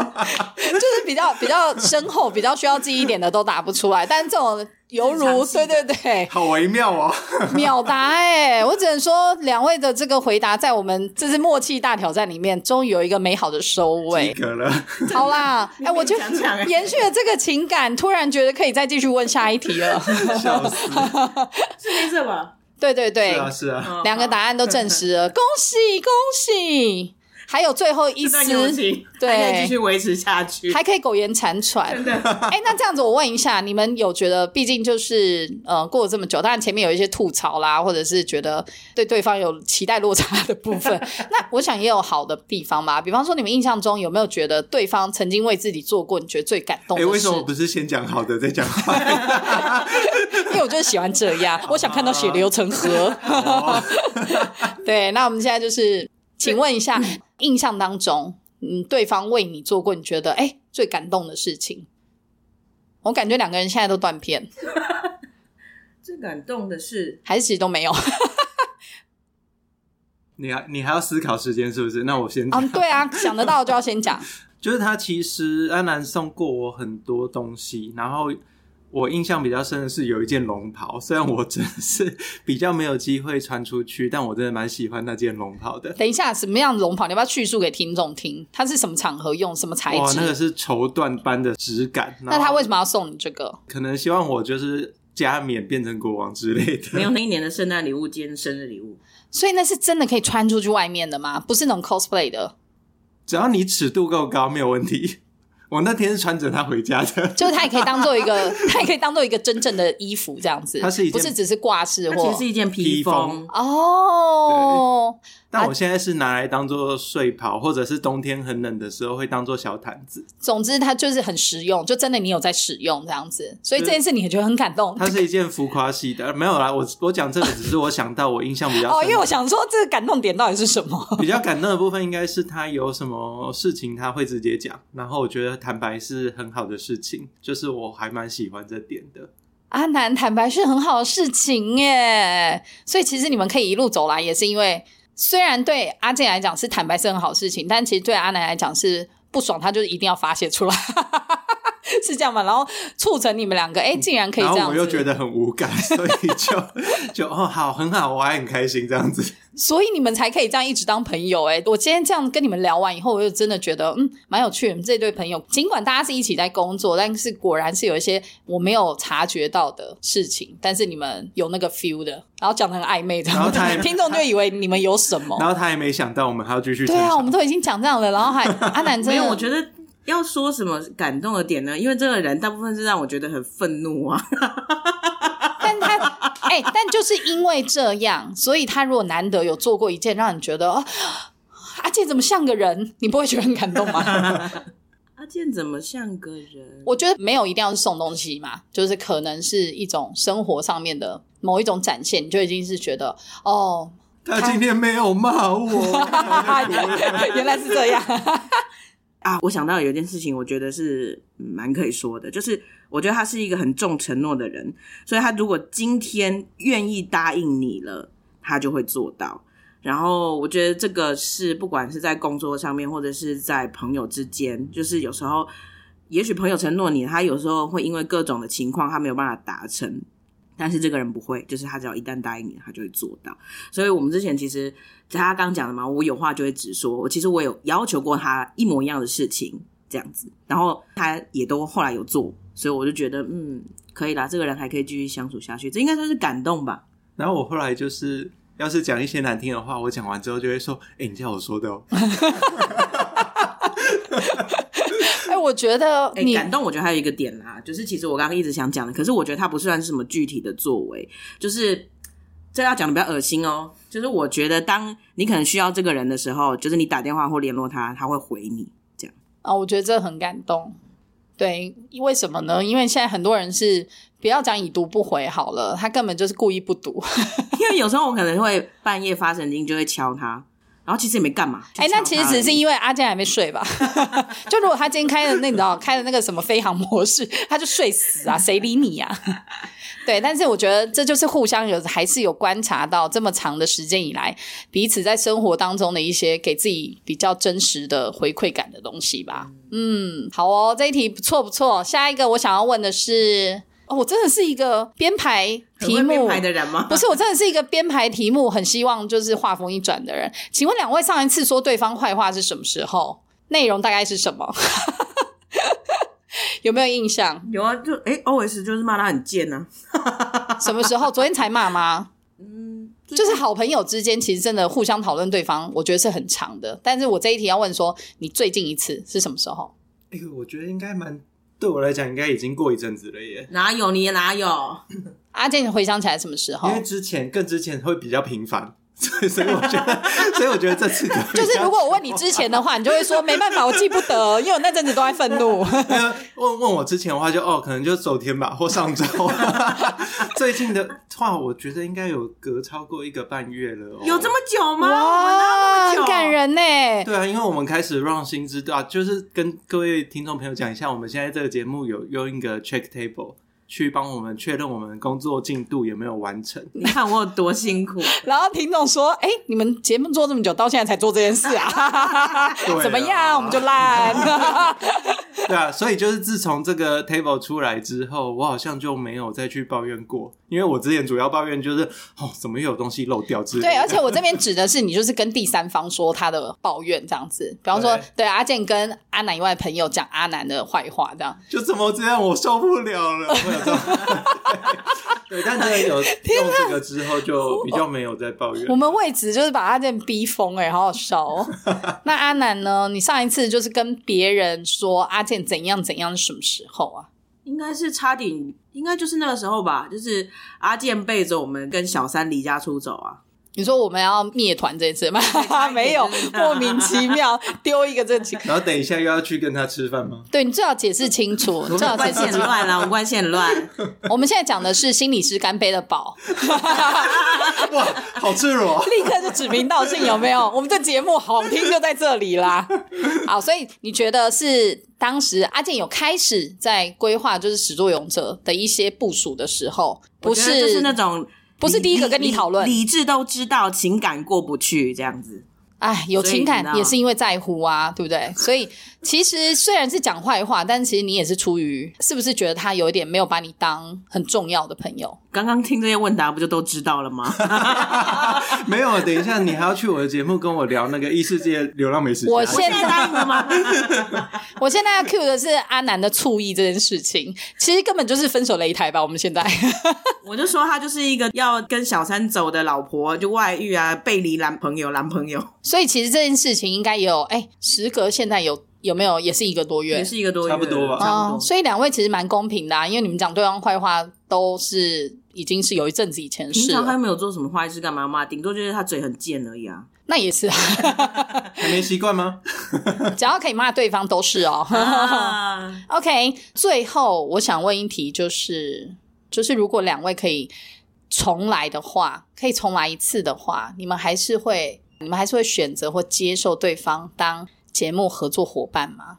[SPEAKER 2] 就是比较比较深厚、比较需要记忆点的都答不出来，但这种犹如
[SPEAKER 1] 日常性
[SPEAKER 2] 对对对，
[SPEAKER 3] 好微妙哦！
[SPEAKER 2] 秒答哎、我只能说两位的这个回答，在我们这次默契大挑战里面，终于有一个美好的收
[SPEAKER 3] 及
[SPEAKER 2] 尾。
[SPEAKER 3] 格了，
[SPEAKER 2] 好 啦，哎、
[SPEAKER 1] 勉
[SPEAKER 2] 我就
[SPEAKER 1] 强强哎
[SPEAKER 2] 延续了这个情感，突然觉得可以再继续问下一题 了。
[SPEAKER 3] 笑死！
[SPEAKER 2] 哎
[SPEAKER 1] 是黑色 吧？
[SPEAKER 2] 对对对
[SPEAKER 3] 是，啊，是啊。
[SPEAKER 1] 嗯
[SPEAKER 2] 两个答案都证。实 了，恭喜恭喜！还有最后一
[SPEAKER 1] 这
[SPEAKER 2] 丝
[SPEAKER 1] 段，友情
[SPEAKER 2] 对
[SPEAKER 1] 还可以继续维持下去。
[SPEAKER 2] 还可以苟延残喘。
[SPEAKER 1] 真的，
[SPEAKER 2] 哎、那这样子，我问一下，你们有觉得，毕竟就是呃，过了这么久，当然前面有一些吐槽啦，或者是觉得对对方有期待落差的部 分，那我想也有好的地方吧。比方说，你们印象中有没有觉得对方曾经为自己做过你觉得最感动
[SPEAKER 3] 哎、
[SPEAKER 2] 的事？
[SPEAKER 3] 为什么不是先讲好的再 讲坏？
[SPEAKER 2] 因为我就是喜欢这 样，我想看到血流成河。
[SPEAKER 3] 哦
[SPEAKER 2] 对，那我们现在就是，请问一下，
[SPEAKER 3] 嗯
[SPEAKER 2] 印象当中，嗯，对方为你做过你觉得哎、最感动的事情？我感觉两个人现在都断片。
[SPEAKER 1] 最感动的是，
[SPEAKER 2] 还是其实都没 有。
[SPEAKER 3] 你还你还要思考时间是不是？那我先讲
[SPEAKER 2] 嗯，对啊，想得到就要先讲。
[SPEAKER 3] 就是他其实安南送过我很多东西，然后我印象比较深的是有一件龙袍，虽然我真的是比较没有机会穿出去，但我真的蛮喜欢那件龙袍的。
[SPEAKER 2] 等一下，什么样的龙袍？你要不要叙述给听众听？它是什么场合用？什么材
[SPEAKER 3] 哇，
[SPEAKER 2] 质？
[SPEAKER 3] 那个是绸缎般的质感。
[SPEAKER 2] 那他为
[SPEAKER 3] 会
[SPEAKER 2] 什么要送你这个？
[SPEAKER 3] 可能希望我就是加冕变成国王之类
[SPEAKER 1] 没有
[SPEAKER 3] 的。
[SPEAKER 1] 那一年的圣诞礼物兼生日礼物，
[SPEAKER 2] 所以那是真的可以穿出去外面的吗？不是那种 cosplay 的。
[SPEAKER 3] 只要你尺度够高，没有问题。 我那天是穿着它回家的，
[SPEAKER 2] 就是它也可以当做一个， 它也可以当做一个真正的衣服这样子，
[SPEAKER 3] 它是一件
[SPEAKER 2] 不是只是挂饰
[SPEAKER 1] 它
[SPEAKER 2] 或
[SPEAKER 1] 其实是一件
[SPEAKER 3] 披
[SPEAKER 1] 披
[SPEAKER 3] 风
[SPEAKER 1] 风，
[SPEAKER 2] 哦，
[SPEAKER 3] 但我现在是拿来当做睡袍，或者是冬天很冷的时候会当做小毯子。
[SPEAKER 2] 总之它就是很实用，就真的你有在使用这样子，所以这件事你也觉得很感动。
[SPEAKER 3] 它是一件浮夸系的，呃没有啦，我我讲这个只是我想到我印象比较
[SPEAKER 2] 哦，
[SPEAKER 3] 深
[SPEAKER 2] 因为我想说这个感动点到底是什么？
[SPEAKER 3] 比较感动的部分应该是他有什么事情他会直接讲，然后我觉得坦白是很好的事情，就是我还蛮喜欢这点的。
[SPEAKER 2] 阿南啊坦白是很好的事情耶，所以其实你们可以一路走来，也是因为虽然对阿健来讲是坦白是很好的事情，但其实对阿南来讲是不爽，他就是一定要发泄出来， 是这样吗？然后促成你们两个，哎、竟然可以
[SPEAKER 3] 然
[SPEAKER 2] 这
[SPEAKER 3] 后
[SPEAKER 2] 样子，
[SPEAKER 3] 我又觉得很无感，所以就 就哦好，很好，我还很开心这样子。
[SPEAKER 2] 所以你们才可以这样一直当朋友、欸。哎，我今天这样跟你们聊完以后，我就真的觉得，嗯，蛮有趣的。你们这对朋友，尽管大家是一起在工作，但是果然是有一些我没有察觉到的事情，但是你们有那个 feel 的，然后讲的很暧昧的，
[SPEAKER 3] 然后他还
[SPEAKER 2] 听众就以为你们有什么
[SPEAKER 3] 然。后他也没想到我们还要继续
[SPEAKER 2] 哦对
[SPEAKER 3] 成
[SPEAKER 2] 啊，
[SPEAKER 3] 长
[SPEAKER 2] 我们都已经讲这样了，然后还啊阿南真
[SPEAKER 1] 没
[SPEAKER 2] 的，
[SPEAKER 1] 有，我觉得要说什么感动的点呢？因为这个人大部分是让我觉得很愤怒啊。
[SPEAKER 2] 但他哎、 但就是因为这样，所以他如果难得有做过一件让你觉得哦，阿健怎么像个人，你不会觉得很感动吗？
[SPEAKER 1] 阿健怎么像个人？
[SPEAKER 2] 我觉得没有一定要是送东西嘛，就是可能是一种生活上面的某一种展现，你就已经是觉得哦，
[SPEAKER 3] 他今天没有骂我，
[SPEAKER 2] 原来是这 样。
[SPEAKER 1] 啊，我想到有一件事情，我觉得是嗯蛮可以说的，就是我觉得他是一个很重承诺的人，所以他如果今天愿意答应你了，他就会做到。然后我觉得这个是不管是在工作上面，或者是在朋友之间，就是有时候，也许朋友承诺你，他有时候会因为各种的情况，他没有办法达成。但是这个人不会，就是他只要一旦答应你，他就会做到。所以我们之前其实他刚讲的嘛，我有话就会直说。我其实我有要求过他一模一样的事情，这样子，然后他也都后来有做，所以我就觉得嗯，可以啦，这个人还可以继续相处下去，这应该算是感动吧。
[SPEAKER 3] 然后我后来就是，要是讲一些难听的话，我讲完之后就会说：“哎、你叫我说的哦。
[SPEAKER 2] 哎、我觉得
[SPEAKER 1] 哎、
[SPEAKER 2] 你、
[SPEAKER 1] 感动，我觉得还有一个点啦，就是其实我刚刚一直想讲的，可是我觉得它不算是什么具体的作为，就是这要讲的比较恶心哦。就是我觉得当你可能需要这个人的时候，就是你打电话或联络他，他会回你。
[SPEAKER 2] 啊，我觉得这很感动。对，为什么呢？因为现在很多人是不要讲已读不回好了，他根本就是故意不读。
[SPEAKER 1] 因为有时候我可能会半夜发神经，就会敲他，然后其实也没干嘛。就
[SPEAKER 2] 哎、那
[SPEAKER 1] 敲
[SPEAKER 2] 其
[SPEAKER 1] 他
[SPEAKER 2] 实只是
[SPEAKER 1] 而已
[SPEAKER 2] 因为阿健还没睡 吧？就如果他今天开了那你知道开了那个什么飞航模式，他就睡死 啊，谁理你啊？对，但是我觉得这就是互相有还是有观察到这么长的时间以来，彼此在生活当中的一些给自己比较真实的回馈感的东西吧。嗯，好哦，这一题不错不错。下一个我想要问的是，哦，我真的是一个编排
[SPEAKER 1] 很会
[SPEAKER 2] 题目
[SPEAKER 1] 编排的人吗？
[SPEAKER 2] 不是，我真的是一个编排题目很希望就是画风一转的人。请问两位上一次说对方坏话是什么时候？内容大概是什么？ 有没有印象？
[SPEAKER 1] 有啊，就哎、o s 就是骂他很贱啊呐、
[SPEAKER 2] 什么时候？昨天才骂吗？
[SPEAKER 1] 嗯，
[SPEAKER 2] 就是好朋友之间，其实真的互相讨论对方，我觉得是很长的。但是我这一题要问说，你最近一次是什么时候？
[SPEAKER 3] 哎呦，我觉得应该蛮对我来讲，应该已经过一阵子了耶。
[SPEAKER 1] 哪有你哪有？
[SPEAKER 2] 阿健，你回想起来什么时候
[SPEAKER 3] 因？为之前更之前会比较频繁，所以所以我觉 得，所以我觉得这次可能比较
[SPEAKER 2] 就是如果我问你之前的话，你就会说没办法，我记不得，因为我那阵子都在愤怒。
[SPEAKER 3] 呃问问我之前的话就，哦，可能就昨天吧，或上周。 最近的话，我觉得应该有隔超过一个半月了、哦。
[SPEAKER 1] 有这么久吗？我们哪有这么
[SPEAKER 2] 哇，很
[SPEAKER 1] 久
[SPEAKER 2] 感。人呢。
[SPEAKER 3] 对啊，因为我们开始 run 新知道，就是跟各位听众朋友讲一下，我们现在这个节目有用一个 check table 去帮我们确认我们工作进度有没有完成。
[SPEAKER 1] 你看我有多辛苦，
[SPEAKER 2] 然后听众说：“哎、你们节目做这么久，到现在才做这件事啊？
[SPEAKER 3] 对啊
[SPEAKER 2] 怎么样？我们就烂。
[SPEAKER 3] 对啊，所以就是自从这个 table 出来之后，我好像就没有再去抱怨过，因为我之前主要抱怨就是哦，怎么又有东西漏掉之类的。
[SPEAKER 2] 对，啊而且我这边指的是你，就是跟第三方说他的抱怨这样子。比方说，
[SPEAKER 3] 对
[SPEAKER 2] 对阿健跟阿南以外的朋友讲阿南的坏话，这样
[SPEAKER 3] 就怎么这样，我受不了了。我有这种对，但真的有用这个之后，就比较没有在抱怨。
[SPEAKER 2] 我们为此就是把他这逼疯哎、好好笑哦。 那阿南呢？你上一次就是跟别人说阿健怎样怎样是什么时候啊？
[SPEAKER 1] 应该是差点，应该就是那个时候吧，就是阿健背着我们跟小三离家出走啊。
[SPEAKER 2] 你说我们要灭团这 次吗？没有，莫名其妙丢一个这几个。
[SPEAKER 3] 然后等一下又要去跟他吃饭吗？
[SPEAKER 2] 对你最好解释 清楚，最好解
[SPEAKER 1] 关系
[SPEAKER 2] 释
[SPEAKER 1] 很
[SPEAKER 2] 清楚。
[SPEAKER 1] 乱啊啦，我们关系很乱。
[SPEAKER 2] 我们现在讲的是心理师干杯的宝，
[SPEAKER 3] 哇，好赤裸！
[SPEAKER 2] 立刻就指名道姓，有没有？我们这节目好听就在这里啦。 好，所以你觉得是当时阿健有开始在规划就是始作俑者的一些部署的时候，不
[SPEAKER 1] 我觉得就是
[SPEAKER 2] 是
[SPEAKER 1] 那种
[SPEAKER 2] 不是第一个跟你讨论
[SPEAKER 1] 理理理智都知道，情感过不去这样子。
[SPEAKER 2] 哎，有
[SPEAKER 1] 所以
[SPEAKER 2] 情
[SPEAKER 1] 你知
[SPEAKER 2] 感
[SPEAKER 1] 道
[SPEAKER 2] 也是因为在乎啊，对不对？所以其实虽然是讲坏话，但其实你也是出于是不是觉得他有一点没有把你当很重要的朋友？
[SPEAKER 1] 刚刚听这些问答，不就都知道了 吗？
[SPEAKER 3] 没有，啊等一下你还要去我的节目跟我聊那个异世界流浪美食家。
[SPEAKER 2] 我现在
[SPEAKER 1] 答应了吗？
[SPEAKER 2] 我现在要 cue 的是阿南的醋意这件事情，其实根本就是分手擂台吧？我们现在
[SPEAKER 1] 我就说她就是一个要跟小三走的老婆，就外遇啊，背离男朋友，男朋友
[SPEAKER 2] 所以其实这件事情应该也有，哎、时隔现在有有没有也是一个多
[SPEAKER 1] 也
[SPEAKER 2] 月？哦
[SPEAKER 1] 是一个多月，
[SPEAKER 3] 差不多吧
[SPEAKER 1] 差不多。
[SPEAKER 2] 所以两位其实蛮公平的、啊，因为你们讲对方坏话都是已经是有一阵子以前的
[SPEAKER 1] 平
[SPEAKER 2] 事
[SPEAKER 1] 常
[SPEAKER 2] 了
[SPEAKER 1] 她，没有做什么坏事，干嘛骂？顶多就是她嘴很贱而已 啊。
[SPEAKER 2] 那也是啊，
[SPEAKER 3] 还没习惯吗？
[SPEAKER 2] 只要可以骂对方都是哦。
[SPEAKER 1] 啊
[SPEAKER 2] OK，最后我想问一题，就是就是如果两位可以重来的话，可以重来一次的话，你们还是会你们还是会选择或接受对方当节目合作伙伴吗？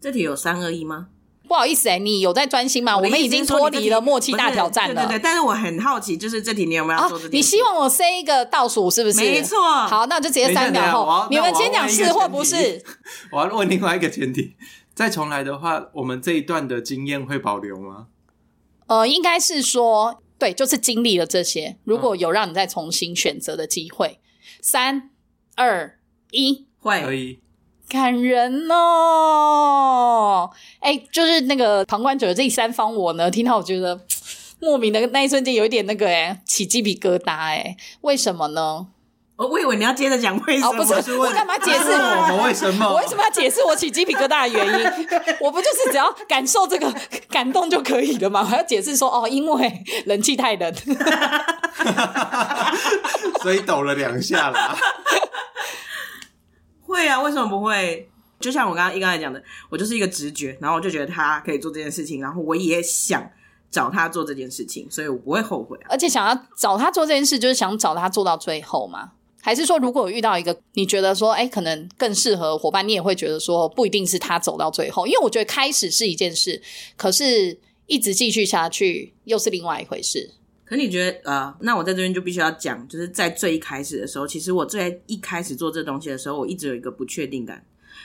[SPEAKER 1] 这题有三二一吗？
[SPEAKER 2] 不好意思哎、你有在专心吗？我
[SPEAKER 1] 的
[SPEAKER 2] 们
[SPEAKER 1] 意
[SPEAKER 2] 已
[SPEAKER 1] 思
[SPEAKER 2] 经
[SPEAKER 1] 是说
[SPEAKER 2] 脱
[SPEAKER 1] 你这
[SPEAKER 2] 离
[SPEAKER 1] 题
[SPEAKER 2] 了默契
[SPEAKER 1] 不是
[SPEAKER 2] 大挑战了
[SPEAKER 1] 对对对，但是我很好奇，就是这题你有没有要
[SPEAKER 2] 啊
[SPEAKER 1] 做这！件
[SPEAKER 2] 你
[SPEAKER 1] 事
[SPEAKER 2] 希望我塞一个倒数是不是？
[SPEAKER 1] 没错
[SPEAKER 2] 好，那我就直接
[SPEAKER 3] 等一下
[SPEAKER 2] 三秒
[SPEAKER 3] 等一下我
[SPEAKER 2] 后
[SPEAKER 3] 要，
[SPEAKER 2] 你们先讲
[SPEAKER 3] 那
[SPEAKER 2] 是
[SPEAKER 3] 我要
[SPEAKER 2] 或
[SPEAKER 3] 问一个
[SPEAKER 2] 不
[SPEAKER 3] 前提
[SPEAKER 2] 是。
[SPEAKER 3] 我要问另外一个前提，再重来的话，我们这一段的经验会保留吗？
[SPEAKER 2] 呃，应该是说，对，就是经历了这些，如果有让你再重新选择的机会，三二一，
[SPEAKER 3] 可
[SPEAKER 1] 会
[SPEAKER 3] 以，
[SPEAKER 2] 感人哦！哎，就是那个旁观者这三方，我呢听到，我觉得嘖莫名的那一瞬间有一点那个哎，起鸡皮疙瘩哎，为什么呢？
[SPEAKER 1] 哦，我以为你要接着讲为什
[SPEAKER 2] 哦，
[SPEAKER 1] 么，
[SPEAKER 2] 不是，
[SPEAKER 3] 是
[SPEAKER 2] 我
[SPEAKER 3] 问
[SPEAKER 2] 干嘛解释？
[SPEAKER 3] 是 问我们为什么？
[SPEAKER 2] 我为什么要解释我起鸡皮疙瘩的原因？我不就是只要感受这个 感动就可以了吗？我还要解释说哦，因为冷气太冷。
[SPEAKER 3] 所以抖了两下啦。
[SPEAKER 1] 会啊，为什么不会？就像我刚刚一刚才讲的，我就是一个直觉，然后我就觉得他可以做这件事情，然后我也想找他做这件事情，所以我不会后悔啊。
[SPEAKER 2] 而且想要找他做这件事，就是想找他做到最后嘛？还是说，如果遇到一个你觉得说，哎、可能更适合伙伴，你也会觉得说，不一定是他走到最后，因为我觉得开始是一件事，可是一直继续下去又是另外一回事。
[SPEAKER 1] 可你觉得，呃，那我在这边就必须要讲，就是在最一开始的时候，其实我最一开始做这东西的时候，我一直有一个不确定感，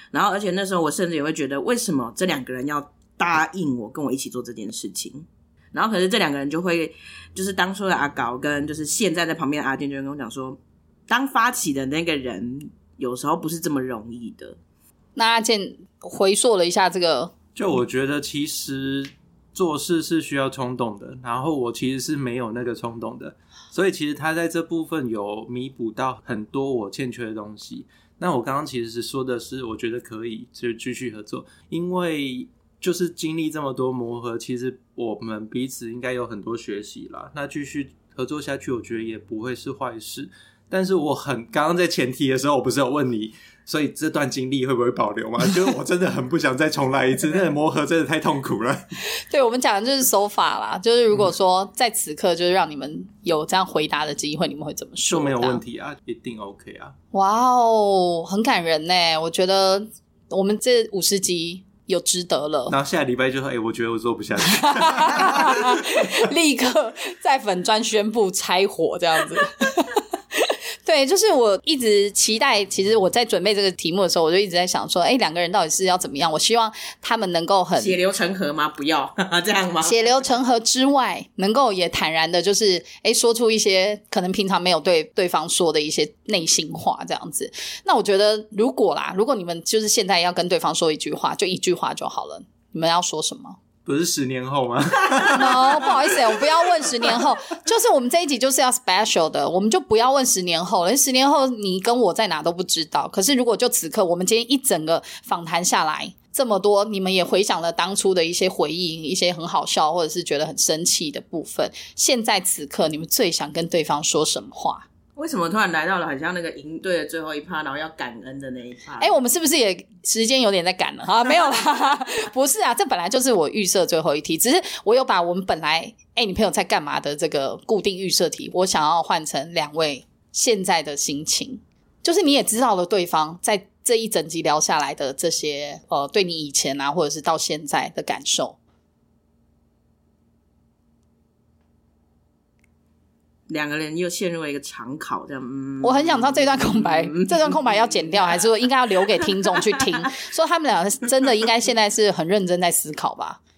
[SPEAKER 1] 然后而且那时候我甚至也会觉得，为什么这两个人要答应我跟我一起做这件事情？然后可是这两个人就会，就是当初的阿搞跟就是现在在旁边的阿健就会跟我讲说，当发起的那个人有时候不是这么容易的，
[SPEAKER 2] 那阿健回溯了一下这个，
[SPEAKER 3] 就我觉得其实做事是需要冲动的，然后我其实是没有那个冲动的，所以其实他在这部分有弥补到很多我欠缺的东西。那我刚刚其实是说的是，我觉得可以就继续合作，因为就是经历这么多磨合，其实我们彼此应该有很多学习啦。那继续合作下去，我觉得也不会是坏事。但是我很刚刚在前提的时候，我不是有问你所以这段经历会不会保留嘛？ 就是我真的很不想再重来 一次，那个磨合真的太痛苦了。
[SPEAKER 2] 对我们讲的就是手法啦，就是如果说在此刻就是让你们有这样回答的机会，你们会怎么说？
[SPEAKER 3] 就没有问题啊，一定 OK 啊。
[SPEAKER 2] 哇哦，很感人呢！我觉得我们这五十集有值得了，
[SPEAKER 3] 然后下礼拜就说，哎、我觉得我做不下去。
[SPEAKER 2] 立刻在粉砖宣布拆伙这样子。 对，就是我一直期待。其实我在准备这个题目的时候，我就一直在想说，哎，两个人到底是要怎么样？我希望他们能够很
[SPEAKER 1] 血流成河吗？不要 这样吗？
[SPEAKER 2] 血流成河之外，能够也坦然的，就是哎，诶说出一些可能平常没有对对方说的一些内心话，这样子。那我觉得，如果啦，如果你们就是现在要跟对方说一句话，就一句话就好了。你们要说什么？
[SPEAKER 3] 不是十年后吗？
[SPEAKER 2] no，不好哦意思，我不要问十年后，就是我们这一集就是要 special 的，我们就不要问十年后了。因为十年后你跟我在哪都不知道。可是如果就此刻，我们今天一整个访谈下来，这么多，你们也回想了当初的一些回忆，一些很好笑或者是觉得很生气的部分。现在此刻，你们最想跟对方说什么话？
[SPEAKER 1] 为什么突然来到了很像那个营队的最后一趴，然后要感恩的那一趴？
[SPEAKER 2] 哎、我们是不是也时间有点在赶了啊？没有啦，不是啊，这本来就是我预设最后一题，只是我有把我们本来哎、你朋友在干嘛的这个固定预设题，我想要换成两位现在的心情，就是你也知道了对方在这一整集聊下来的这些呃，对你以前啊，或者是到现在的感受。
[SPEAKER 1] 两个人又陷入了一个长考，这样。嗯，
[SPEAKER 2] 我很想知道这段空白，
[SPEAKER 1] 嗯
[SPEAKER 2] 这段空白要剪掉，还是说应该要留给听众去听？说他们俩真的应该现在是很认真在思考吧？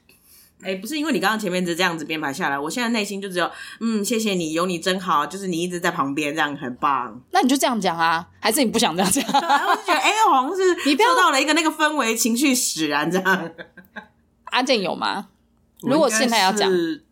[SPEAKER 1] 哎、不是因为你刚刚前面就这样子编排下来，我现在内心就只有嗯，谢谢你，有你真好，就是你一直在旁边，这样很棒。
[SPEAKER 2] 那你就这样讲啊，还是你不想这样讲？
[SPEAKER 1] 然后就觉得哎、好像是
[SPEAKER 2] 你不要
[SPEAKER 1] 受到了一个那个氛围，情绪使然这样。
[SPEAKER 2] 阿健有吗？ 如果现在要讲
[SPEAKER 3] 我应该是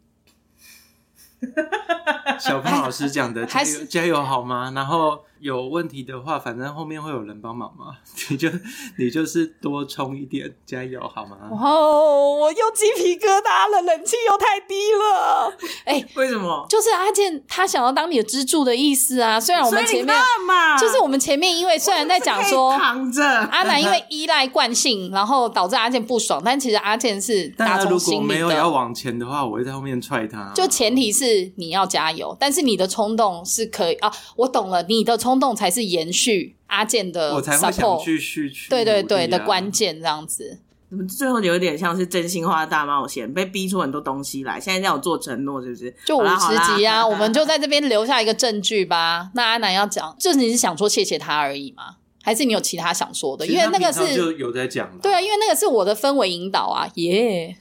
[SPEAKER 3] 小胖老师讲的，加
[SPEAKER 2] 哎还
[SPEAKER 3] 油
[SPEAKER 2] 是
[SPEAKER 3] 加油好吗？然后有问题的话，反正后面会有人帮忙嘛， 你就你就是多冲一点，加油好吗？
[SPEAKER 2] 哦，我又鸡皮疙瘩了，冷气又太低了。哎、
[SPEAKER 1] 为什么？
[SPEAKER 2] 就是阿健他想要当你的支柱的意思啊。虽然我
[SPEAKER 1] 所
[SPEAKER 2] 们
[SPEAKER 1] 以
[SPEAKER 2] 前
[SPEAKER 1] 你
[SPEAKER 2] 面
[SPEAKER 1] 看嘛，
[SPEAKER 2] 就是我们前面因为虽然在讲
[SPEAKER 1] 我
[SPEAKER 2] 说
[SPEAKER 1] 是可以躺着，啊
[SPEAKER 2] 阿南因为依赖惯性，然后导致阿健不爽，但其实阿健是打
[SPEAKER 3] 但他
[SPEAKER 2] 从
[SPEAKER 3] 如果
[SPEAKER 2] 心
[SPEAKER 3] 没
[SPEAKER 2] 里
[SPEAKER 3] 有要
[SPEAKER 2] 的。
[SPEAKER 3] 往前的话，我会在后面踹他。啊
[SPEAKER 2] 就前提是你要加油，但是你的冲动是可以啊，我懂了，你的冲动才是延续阿健的 support，
[SPEAKER 3] 我才会想去去去、啊
[SPEAKER 2] 对对对的关。键这样子。
[SPEAKER 1] 怎么最后有点像是真心话大冒险，被逼出很多东西来。现在要我做承诺，是不是？
[SPEAKER 2] 就五十集
[SPEAKER 1] 好啦
[SPEAKER 2] 啊，
[SPEAKER 1] 好啦
[SPEAKER 2] 我们就在这边留下一个证据吧。那阿南要讲，就是你是想说谢谢他而已吗？还是你有其他想说的？
[SPEAKER 3] 其
[SPEAKER 2] 因
[SPEAKER 3] 实
[SPEAKER 2] 为
[SPEAKER 3] 他
[SPEAKER 2] 那个。
[SPEAKER 3] 平常就是有在讲了，
[SPEAKER 2] 对啊，因为那个是我的氛围引导啊， 耶、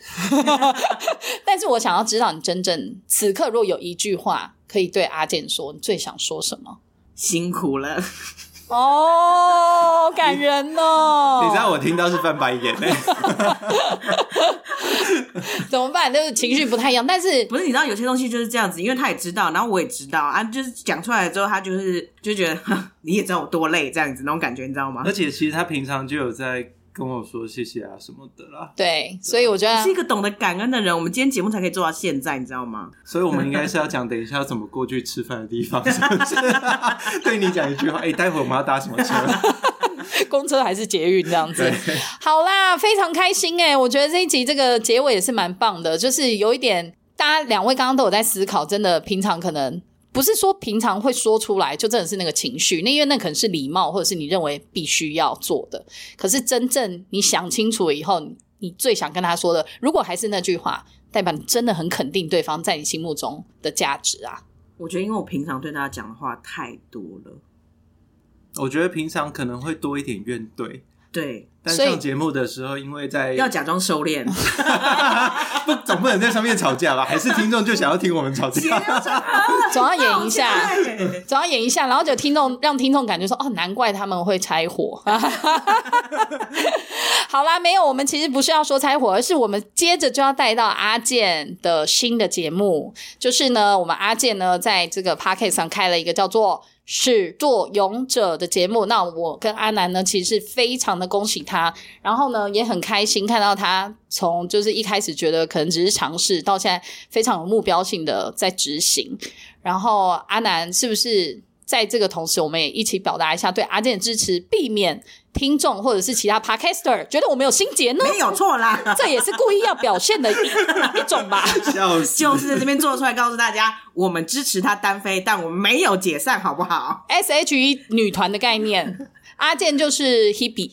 [SPEAKER 2] 但是我想要知道你真正此刻，如果有一句话可以对阿健说，你最想说什么？
[SPEAKER 1] 辛苦了。
[SPEAKER 2] 哦，感人哦！
[SPEAKER 3] 你知道我听到是翻白眼欸嘞、
[SPEAKER 2] 怎么办？就是情绪不太一样，但是
[SPEAKER 1] 不是，你知道有些东西就是这样子，因为他也知道，然后我也知道啊，就是讲出来之后，他就是就觉得哼你也知道我多累这样子那种感觉，你知道吗
[SPEAKER 3] 而？且其实他平常就有在跟我说谢谢啊什么的啦，
[SPEAKER 2] 对，所以我觉得
[SPEAKER 1] 是一个懂得感恩的人，我们今天节目才可以做到现在，你知道吗？
[SPEAKER 3] 所以我们应该是要讲等一下要怎么过去吃饭的地方，是不是？ 对你讲一句话，哎、待会我们要搭什么车？
[SPEAKER 2] 公车还是捷运这样子。好啦，非常开心哎、我觉得这一集这个结尾也是蛮棒的，就是有一点，大家两位刚刚都有在思考，真的平常可能。不是说平常会说出来，就真的是那个情绪，那因为那可能是礼貌，或者是你认为必须要做的。可是真正你想清楚以后，你你最想跟他说的，如果还是那句话，代表你真的很肯定对方在你心目中的价值啊。
[SPEAKER 1] 我觉得，因为我平常对大家讲的话太多了，
[SPEAKER 3] 我觉得平常可能会多一点怨怼，
[SPEAKER 1] 对，
[SPEAKER 3] 但
[SPEAKER 2] 所以
[SPEAKER 3] 上节目的时候，因为在
[SPEAKER 1] 要假装收 敛。
[SPEAKER 3] 不总不能在上面吵架吧？还是听众就想要听我们吵架？
[SPEAKER 2] 总要演一下。
[SPEAKER 1] 对
[SPEAKER 2] 总要演一下，然后就听众让听众感觉说哦，难怪他们会拆火。 好啦，没有，我们其实不是要说拆火，而是我们接着就要带到阿健的新的节目，就是呢，我们阿健呢在这个 p o c k e t 上开了一个叫做。始作俑者的节目，那我跟阿南呢，其实是非常的恭喜他，然后呢也很开心看到他从就是一开始觉得可能只是尝试，到现在非常有目标性的在执行，然后阿南是不是在这个同时，我们也一起表达一下对阿健的支持，避免听众或者是其他 podcaster 觉得我们有心结呢？
[SPEAKER 1] 没有错啦，
[SPEAKER 2] 这也是故意要表现的一一种吧。
[SPEAKER 3] 笑死！
[SPEAKER 1] 就是在这边做出来告诉大家，我们支持他单飞，但我们没有解散，好不好？
[SPEAKER 2] S H E 女团的 概念，阿健就是 Hebe。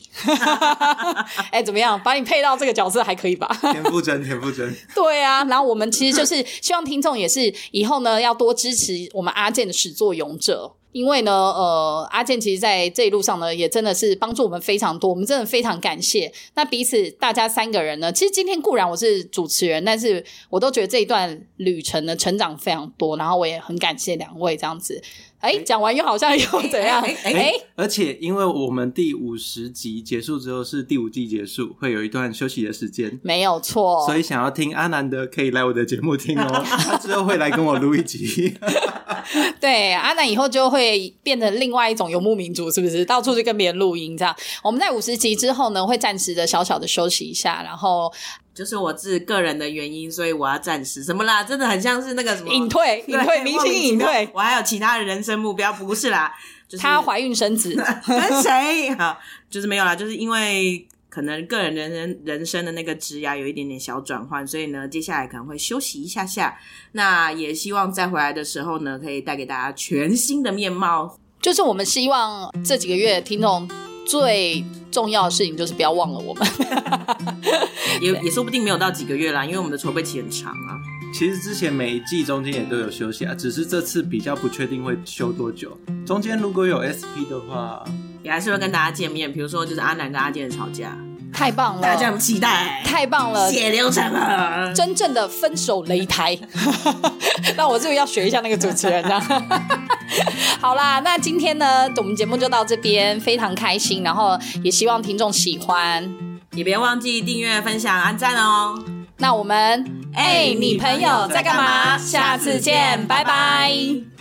[SPEAKER 2] 哎、怎么样？把你配到这个角色还可以吧？
[SPEAKER 3] 田馥甄，田馥甄，
[SPEAKER 2] 对啊，然后我们其实就是希望听众也是以后呢要多支持我们阿健的始作俑者。因为呢，呃，阿健其实在这一路上呢，也真的是帮助我们非常多，我们真的非常感谢。那彼此大家三个人呢，其实今天固然我是主持人，但是我都觉得这一段旅程呢，成长非常多，然后我也很感谢两位这样子。哎，讲完又好像又怎样？
[SPEAKER 1] 哎哎
[SPEAKER 2] 哎，
[SPEAKER 3] 而且因为我们第五十集结束之后是第五季结束，会有一段休息的时间。
[SPEAKER 2] 没有错，
[SPEAKER 3] 所以想要听阿南的，可以来我的节目听哦。他之后会来跟我录一集。
[SPEAKER 2] 对，阿南以后就会变成另外一种游牧民族，是不是？到处去跟别人录音这样。我们在五十集之后呢，会暂时的小小的休息一下，然后
[SPEAKER 1] 就是我自个人的原因，所以我要暂时什么啦，真的很像是那个什么
[SPEAKER 2] 隐退、
[SPEAKER 1] 对
[SPEAKER 2] 隐退、
[SPEAKER 1] 莫
[SPEAKER 2] 明星隐
[SPEAKER 1] 其妙
[SPEAKER 2] 退。
[SPEAKER 1] 我还有其他的人生目标，不是 啦，就是
[SPEAKER 2] 她怀孕生子，
[SPEAKER 1] 跟谁？好，就是没有啦，就是因为可能个人人人人生的那个职涯有一点点小转换，所以呢，接下来可能会休息一下下。那也希望再回来的时候呢，可以带给大家全新的面貌。
[SPEAKER 2] 就是我们希望这几个月听众最重要的事情就是不要忘了我们。
[SPEAKER 1] 也也说不定没有到几个月啦，因为我们的筹备期很长啊。
[SPEAKER 3] 其实之前每一季中间也都有休息啊，只是这次比较不确定会休多久。中间如果有 SP 的话，
[SPEAKER 1] 也还是会跟大家见面，比如说就是阿南跟阿健吵架，
[SPEAKER 2] 太棒
[SPEAKER 1] 大家有没有
[SPEAKER 2] 了，
[SPEAKER 1] 期待？
[SPEAKER 2] 哦太棒了！
[SPEAKER 1] 血流成河。
[SPEAKER 2] 真正的分手擂台。 那我是不是要学一下那个主持人呢、 好啦，那今天呢，我们节目就到这边，非常开心，然后也希望听众喜欢。
[SPEAKER 1] 也别忘记订阅、分享、按赞哦。
[SPEAKER 2] 那我们，哎、你朋友在干嘛？下次见，拜拜